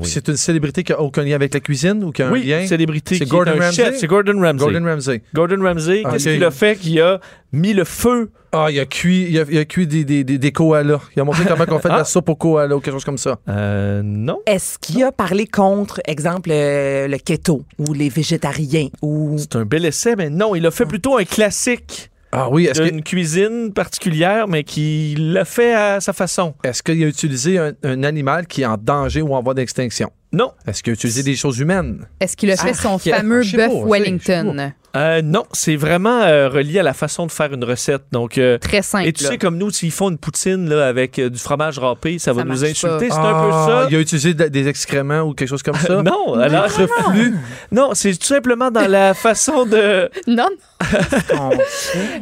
Speaker 5: Puis C'est une célébrité qui n'a aucun lien avec la cuisine ou qui a un
Speaker 3: Oui,
Speaker 5: lien?
Speaker 3: une célébrité
Speaker 5: C'est
Speaker 3: qui
Speaker 5: Gordon
Speaker 3: est un
Speaker 5: Ramsay?
Speaker 3: chef. C'est Gordon Ramsay.
Speaker 5: Gordon Ah, Ramsay.
Speaker 3: Gordon Ramsay, qu'est-ce
Speaker 5: Ok.
Speaker 3: qu'il a fait qui a mis le feu?
Speaker 5: Ah, il a cuit, il a, il a cuit des, des, des, des koalas. Il
Speaker 3: (laughs)
Speaker 5: a montré comment on fait de la soupe aux koalas ou quelque chose comme ça.
Speaker 3: Euh, non.
Speaker 9: Est-ce qu'il a parlé contre, exemple, euh, le keto ou les végétariens ou...
Speaker 3: C'est un bel essai, mais non, il a fait plutôt un classique.
Speaker 5: Ah oui, Ah. est-ce
Speaker 3: D'une cuisine particulière, mais qui l'a fait à sa façon.
Speaker 5: Est-ce qu'il a utilisé un, un animal qui est en danger ou en voie d'extinction?
Speaker 3: Non.
Speaker 5: Est-ce qu'il a utilisé des choses humaines?
Speaker 4: Est-ce qu'il a fait
Speaker 5: Ah,
Speaker 4: son
Speaker 5: ok.
Speaker 4: fameux
Speaker 5: Je sais
Speaker 4: bœuf
Speaker 5: pas, je sais,
Speaker 4: Wellington?
Speaker 3: Euh, non, c'est vraiment euh, relié à la façon de faire une recette. Donc, euh,
Speaker 4: Très simple,
Speaker 3: Et tu
Speaker 4: là.
Speaker 3: sais, comme nous, s'ils font une poutine là, avec euh, du fromage râpé, ça va
Speaker 4: Ça
Speaker 3: nous
Speaker 4: marche
Speaker 3: insulter.
Speaker 4: pas.
Speaker 3: C'est un peu ça.
Speaker 5: Ah, Il a utilisé de- des excréments ou quelque chose comme
Speaker 3: (laughs)
Speaker 5: ça?
Speaker 3: Non,
Speaker 5: Des
Speaker 3: alors-
Speaker 5: reflux?
Speaker 3: Non, c'est tout simplement dans la façon de. (laughs)
Speaker 4: Non.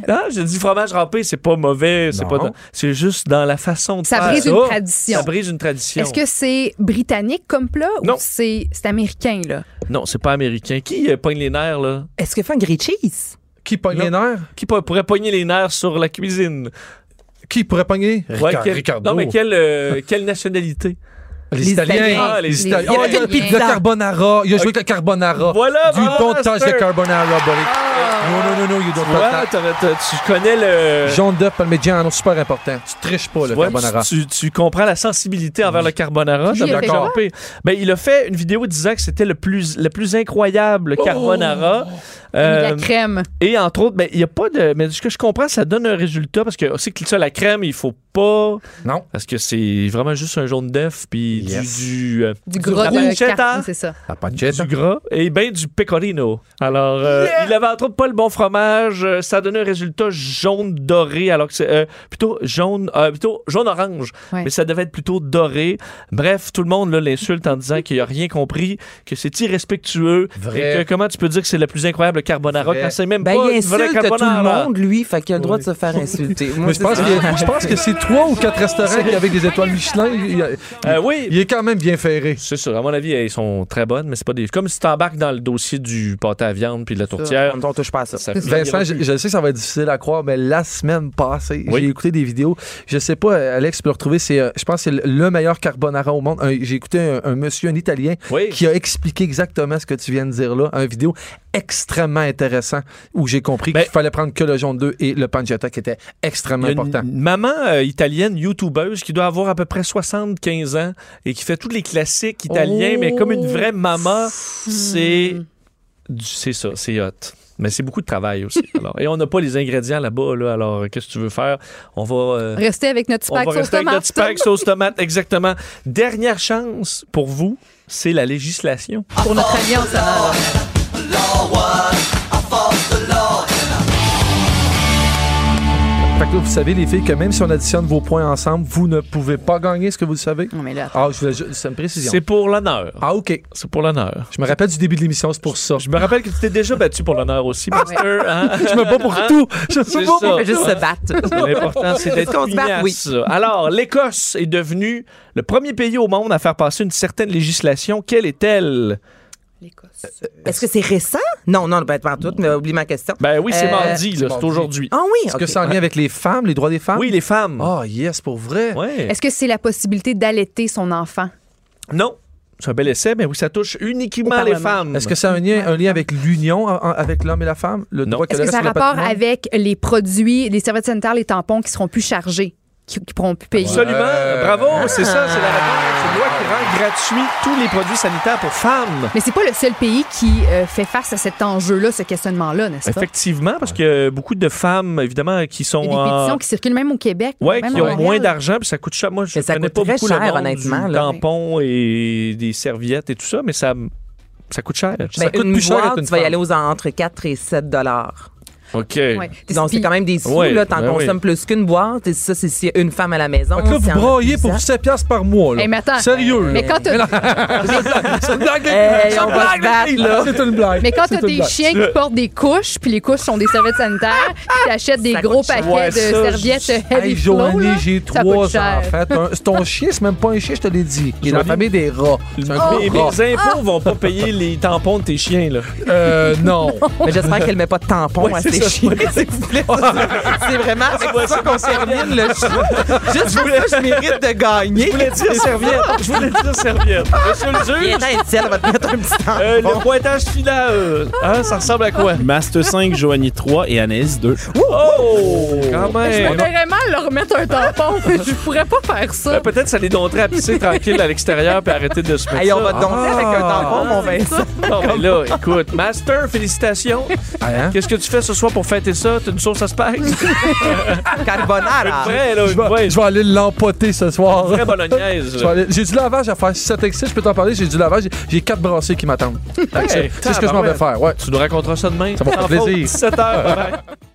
Speaker 3: non, je dis fromage râpé, c'est pas mauvais, c'est
Speaker 5: Non.
Speaker 3: pas. dans- C'est juste dans la façon de
Speaker 4: Ça
Speaker 3: faire
Speaker 4: brise
Speaker 3: ça.
Speaker 4: une tradition.
Speaker 3: Ça brise une tradition.
Speaker 4: Est-ce que c'est britannique comme plat
Speaker 3: Non.
Speaker 4: ou c'est c'est américain, là?
Speaker 3: Non, c'est pas américain. Qui euh, pogne les nerfs là
Speaker 9: Est-ce qu'il fait un grilled cheese?
Speaker 5: Qui pogne les nerfs
Speaker 3: Qui po- pourrait pogner les nerfs sur la cuisine
Speaker 5: Qui pourrait pogner?
Speaker 3: Ouais,
Speaker 5: Ricard-
Speaker 3: quel-
Speaker 5: Ricardo.
Speaker 3: Non, mais quelle, euh, quelle nationalité
Speaker 5: Les, Italiens.
Speaker 3: Ah, les Italiens.
Speaker 5: Oh, il a
Speaker 3: Italiens.
Speaker 5: le carbonara. Il a joué avec le carbonara.
Speaker 3: Voilà,
Speaker 5: You
Speaker 3: voilà, Ah.
Speaker 5: don't touch
Speaker 3: Master.
Speaker 5: the carbonara, buddy. Non, non, non, non, you don't
Speaker 3: Tu vois,
Speaker 5: touch that.
Speaker 3: t'aurais- t'as- tu connais le.
Speaker 5: Jaune d'œuf, parmigiano, super important. Tu triches pas, le
Speaker 3: Tu vois,
Speaker 5: carbonara.
Speaker 3: Tu, tu- tu comprends la sensibilité envers le carbonara.
Speaker 4: Lui,
Speaker 3: ça
Speaker 4: il a
Speaker 3: m'a
Speaker 4: fait
Speaker 3: frappé. Ben, il a fait une vidéo disant que c'était le plus, le plus incroyable
Speaker 5: Oh!
Speaker 3: carbonara. Euh,
Speaker 4: la crème.
Speaker 3: et entre autres, ben, il n'y a pas de. Mais ce que je comprends, ça donne un résultat parce que c'est que ça, la crème, il faut pas.
Speaker 5: Non.
Speaker 3: Parce que c'est vraiment juste un jaune d'œuf puis du-
Speaker 5: Yes.
Speaker 3: du. euh,
Speaker 4: Du gros
Speaker 3: du
Speaker 4: de
Speaker 3: cheddar.
Speaker 4: car- c'est ça.
Speaker 5: La pancetta.
Speaker 3: du gras et ben du pecorino. Alors, euh, il avait entre autres pas le bon fromage. euh, ça donnait un résultat jaune doré, alors que c'est euh, plutôt jaune, euh, plutôt jaune orange,
Speaker 4: Ouais.
Speaker 3: mais ça devait être plutôt doré. Bref, tout le monde là, l'insulte en disant qu'il a rien compris, que c'est irrespectueux
Speaker 5: Vrai.
Speaker 3: et que comment tu peux dire que c'est la plus incroyable carbonara
Speaker 5: Vrai.
Speaker 3: quand c'est même
Speaker 9: Ben,
Speaker 3: pas
Speaker 9: il
Speaker 3: une vraie
Speaker 9: insulte tout le
Speaker 3: carbonara.
Speaker 9: monde, lui, fait qu'il a le droit de se faire
Speaker 3: (laughs)
Speaker 9: insulter. Moi,
Speaker 5: Mais je
Speaker 9: c'est
Speaker 5: pense,
Speaker 9: ça.
Speaker 5: qu'il- je pense que c'est trois ou quatre restaurants qui avec des étoiles Michelin. Il, il-
Speaker 3: Euh, oui.
Speaker 5: il est quand même bien ferré.
Speaker 3: C'est sûr, à mon avis, elles sont très bonnes, mais c'est pas des. Comme si t'embarques dans le dossier du pâté à viande puis de la tourtière.
Speaker 9: En même temps, on touche pas à ça.
Speaker 3: ça finira
Speaker 5: Vincent, je,
Speaker 3: plus.
Speaker 5: je sais que ça va être difficile à croire, mais la semaine passée,
Speaker 3: Oui.
Speaker 5: j'ai écouté des vidéos. Je sais pas, euh, Alex, tu peux le retrouver. C'est, euh, je pense que c'est le- le meilleur carbonara au monde. Un- j'ai écouté un, un monsieur, un Italien,
Speaker 3: Oui.
Speaker 5: qui a expliqué exactement ce que tu viens de dire là. Un vidéo extrêmement intéressant où j'ai compris
Speaker 3: Ben-
Speaker 5: qu'il fallait prendre que le jaune 2 et le pancetta qui était extrêmement
Speaker 3: Il y a
Speaker 5: important.
Speaker 3: Une maman euh, italienne, youtubeuse, qui doit avoir à peu près 75 ans et qui fait tous les classiques italiens,
Speaker 5: Oh. Hmm.
Speaker 3: mais comme une vraie maman, c'est. du- C'est ça, c'est hot. Mais c'est beaucoup de travail
Speaker 5: (laughs)
Speaker 3: aussi. alors. Et on n'a pas les ingrédients là-bas, là, alors euh, qu'est-ce que tu veux faire? On va. euh,
Speaker 4: Restez avec notre
Speaker 3: on va
Speaker 4: spack sauce
Speaker 3: rester avec
Speaker 4: tomate.
Speaker 3: notre spag sauce tomate, exactement. Dernière chance pour vous, c'est la législation.
Speaker 4: Pour notre alliance, alors.
Speaker 5: Fait que là, vous savez, les filles, que même si on additionne vos points ensemble, vous ne pouvez pas gagner ce que vous le savez.
Speaker 4: Non, mais là,
Speaker 5: Ah, je voulais juste- c'est une précision.
Speaker 3: C'est pour l'honneur.
Speaker 5: Ah, OK.
Speaker 3: C'est pour l'honneur.
Speaker 5: Je me rappelle du début de l'émission, c'est pour ça.
Speaker 3: Je me rappelle que tu t'es déjà battu pour l'honneur aussi, Master. hein?
Speaker 5: Ah (laughs) Je me bats pour
Speaker 3: Hein?
Speaker 5: tout. Je
Speaker 3: C'est
Speaker 5: suis pas
Speaker 3: ça.
Speaker 5: pour
Speaker 9: (laughs) On fait juste se battre.
Speaker 3: L'important, c'est
Speaker 9: Est-ce qu'on
Speaker 3: d'être
Speaker 9: se bat?
Speaker 3: pugnace. Alors, l'Écosse est devenue le premier pays au monde à faire passer une certaine législation. Quelle est-elle?
Speaker 4: l'Écosse.
Speaker 9: Est-ce que c'est récent? Non, non, ben, pas en tout, mais oublie ma question.
Speaker 3: Ben oui, c'est
Speaker 9: Euh,
Speaker 3: mardi, là, c'est
Speaker 5: mardi.
Speaker 3: aujourd'hui.
Speaker 9: Ah oui,
Speaker 5: Est-ce
Speaker 9: ok.
Speaker 5: que c'est en lien avec les femmes, les droits des femmes?
Speaker 3: Oui, les femmes.
Speaker 5: Ah, yes, pour vrai.
Speaker 3: Ouais.
Speaker 4: Est-ce que c'est la possibilité d'allaiter son enfant?
Speaker 3: Non. C'est un bel essai, mais oui, ça touche uniquement
Speaker 9: Au
Speaker 3: les
Speaker 9: Parlement.
Speaker 3: femmes.
Speaker 5: Est-ce que c'est un lien, un lien avec l'union en- en- avec l'homme et la femme? Le
Speaker 3: Non.
Speaker 5: droit
Speaker 4: Est-ce
Speaker 5: le
Speaker 4: que ça a
Speaker 5: reste de la
Speaker 4: rapport
Speaker 5: patrimoine?
Speaker 4: avec les produits, les serviettes sanitaires, les tampons qui seront plus chargés, qui, qui pourront plus payer?
Speaker 3: Absolument.
Speaker 5: Euh,
Speaker 3: Bravo, c'est ça, c'est la réponse. C'est une loi qui rend gratuit tous les produits sanitaires pour femmes.
Speaker 4: Mais c'est pas le seul pays qui euh, fait face à cet enjeu-là, ce questionnement-là, n'est-ce pas?
Speaker 3: Effectivement, parce que beaucoup de femmes, évidemment, qui sont
Speaker 4: Il y a des
Speaker 3: en-
Speaker 4: pétitions qui circulent même au Québec.
Speaker 3: Ouais,
Speaker 4: même
Speaker 3: qui
Speaker 4: à
Speaker 3: ont moins
Speaker 4: Montréal.
Speaker 3: d'argent, puis ça coûte cher. Moi, je
Speaker 9: Mais ça
Speaker 3: connais
Speaker 9: coûte
Speaker 3: pas
Speaker 9: très
Speaker 3: beaucoup le
Speaker 9: cher,
Speaker 3: monde
Speaker 9: honnêtement,
Speaker 3: du
Speaker 9: Hein, là.
Speaker 3: tampon et des serviettes et tout ça, mais ça, ça coûte cher.
Speaker 9: Ben,
Speaker 5: coûte
Speaker 9: une
Speaker 5: plus cher
Speaker 9: boîte,
Speaker 5: d'être une
Speaker 9: tu vas y
Speaker 5: femme.
Speaker 9: aller aux entre 4 et 7 dollars.
Speaker 3: OK.
Speaker 4: Ouais.
Speaker 9: Donc, c'est
Speaker 4: Puis-
Speaker 9: quand même des sous,
Speaker 3: Ouais,
Speaker 9: là. T'en
Speaker 3: ben oui.
Speaker 9: consommes plus qu'une boîte. Et ça, c'est s'il y a une femme à la maison.
Speaker 5: Fait que là,
Speaker 9: s'il y en
Speaker 5: vous
Speaker 9: a
Speaker 5: broyez pour
Speaker 9: plusieurs.
Speaker 5: 7 piastres par mois. Là.
Speaker 4: Hey, mais attends. (laughs)
Speaker 5: Sérieux.
Speaker 4: Mais quand t'as-
Speaker 5: C'est une blague, les
Speaker 9: Hey,
Speaker 5: filles.
Speaker 9: on
Speaker 5: C'est une
Speaker 9: va
Speaker 5: blague,
Speaker 9: se
Speaker 5: les
Speaker 9: battre,
Speaker 5: filles.
Speaker 9: là.
Speaker 5: C'est une blague.
Speaker 4: Mais quand
Speaker 5: C'est
Speaker 4: t'as
Speaker 5: une
Speaker 4: des
Speaker 5: blague.
Speaker 4: chiens qui portent des couches, puis les couches sont des serviettes sanitaires, puis t'achètes des
Speaker 9: Ça
Speaker 4: gros
Speaker 9: coûte cher.
Speaker 4: paquets
Speaker 3: Ouais,
Speaker 4: de
Speaker 3: ça,
Speaker 4: serviettes heavy
Speaker 5: Hey,
Speaker 4: flow, là,
Speaker 5: Joanie, j'ai
Speaker 4: ça coûte
Speaker 5: trois
Speaker 4: cher.
Speaker 5: enfants. Ton- Ton chien, c'est même pas un chien, je te l'ai dit. Il est dans
Speaker 3: Joanie-
Speaker 5: la
Speaker 3: Ah,
Speaker 5: famille des rats. C'est un
Speaker 9: Oh!
Speaker 3: Mais
Speaker 5: gros rat.
Speaker 3: les impôts vont pas payer les tampons de tes chiens, là.
Speaker 5: Euh, non.
Speaker 3: (laughs)
Speaker 9: Mais j'espère qu'elle met pas de tampon
Speaker 3: Ouais,
Speaker 9: à
Speaker 3: c'est
Speaker 9: ses chier, s'il vous plaît. C'est vraiment avec ça qu'on termine le show. Juste pour ça, je mérite de gagner.
Speaker 3: Je voulais dire serviette.
Speaker 5: (laughs)
Speaker 3: Je voulais dire serviette. Monsieur le juge.
Speaker 9: Elle va te mettre un petit temps.
Speaker 3: Euh, Le pointage final, hein, ça ressemble à quoi?
Speaker 8: Master 5, Joanie 3 et Anaïs 2.
Speaker 3: Oh! Quand
Speaker 5: Ben,
Speaker 4: Je me
Speaker 3: même!
Speaker 4: verrais mal leur mettre un tampon. (laughs) je pourrais pas faire ça.
Speaker 3: Ben, Peut-être ça les donnerait à pisser tranquille à l'extérieur puis arrêter de se mettre
Speaker 9: Hey, on
Speaker 3: ça. Ah.
Speaker 9: va te donner avec un tampon, mon Vincent.
Speaker 3: Non, mais là, écoute, Master, félicitations.
Speaker 5: Hein?
Speaker 3: Qu'est-ce que tu fais ce soir pour fêter ça? T'as une sauce à spags?
Speaker 9: Carbonara.
Speaker 3: Prêt, là,
Speaker 5: Je vais, je vais aller l'empoter ce soir.
Speaker 3: Vraie bolognaise.
Speaker 5: Je vais aller- J'ai du lavage à faire. Si ça t'excite, je peux t'en parler. J'ai du lavage. J'ai- J'ai quatre brassées qui m'attendent.
Speaker 3: Hey,
Speaker 5: C'est c'est ce que je m'en vais
Speaker 3: tabarouette.
Speaker 5: faire. Ouais.
Speaker 3: Tu nous raconteras ça demain.
Speaker 5: Ça va faire
Speaker 3: En
Speaker 5: plaisir.
Speaker 3: faute, 17 heures. Bye-bye.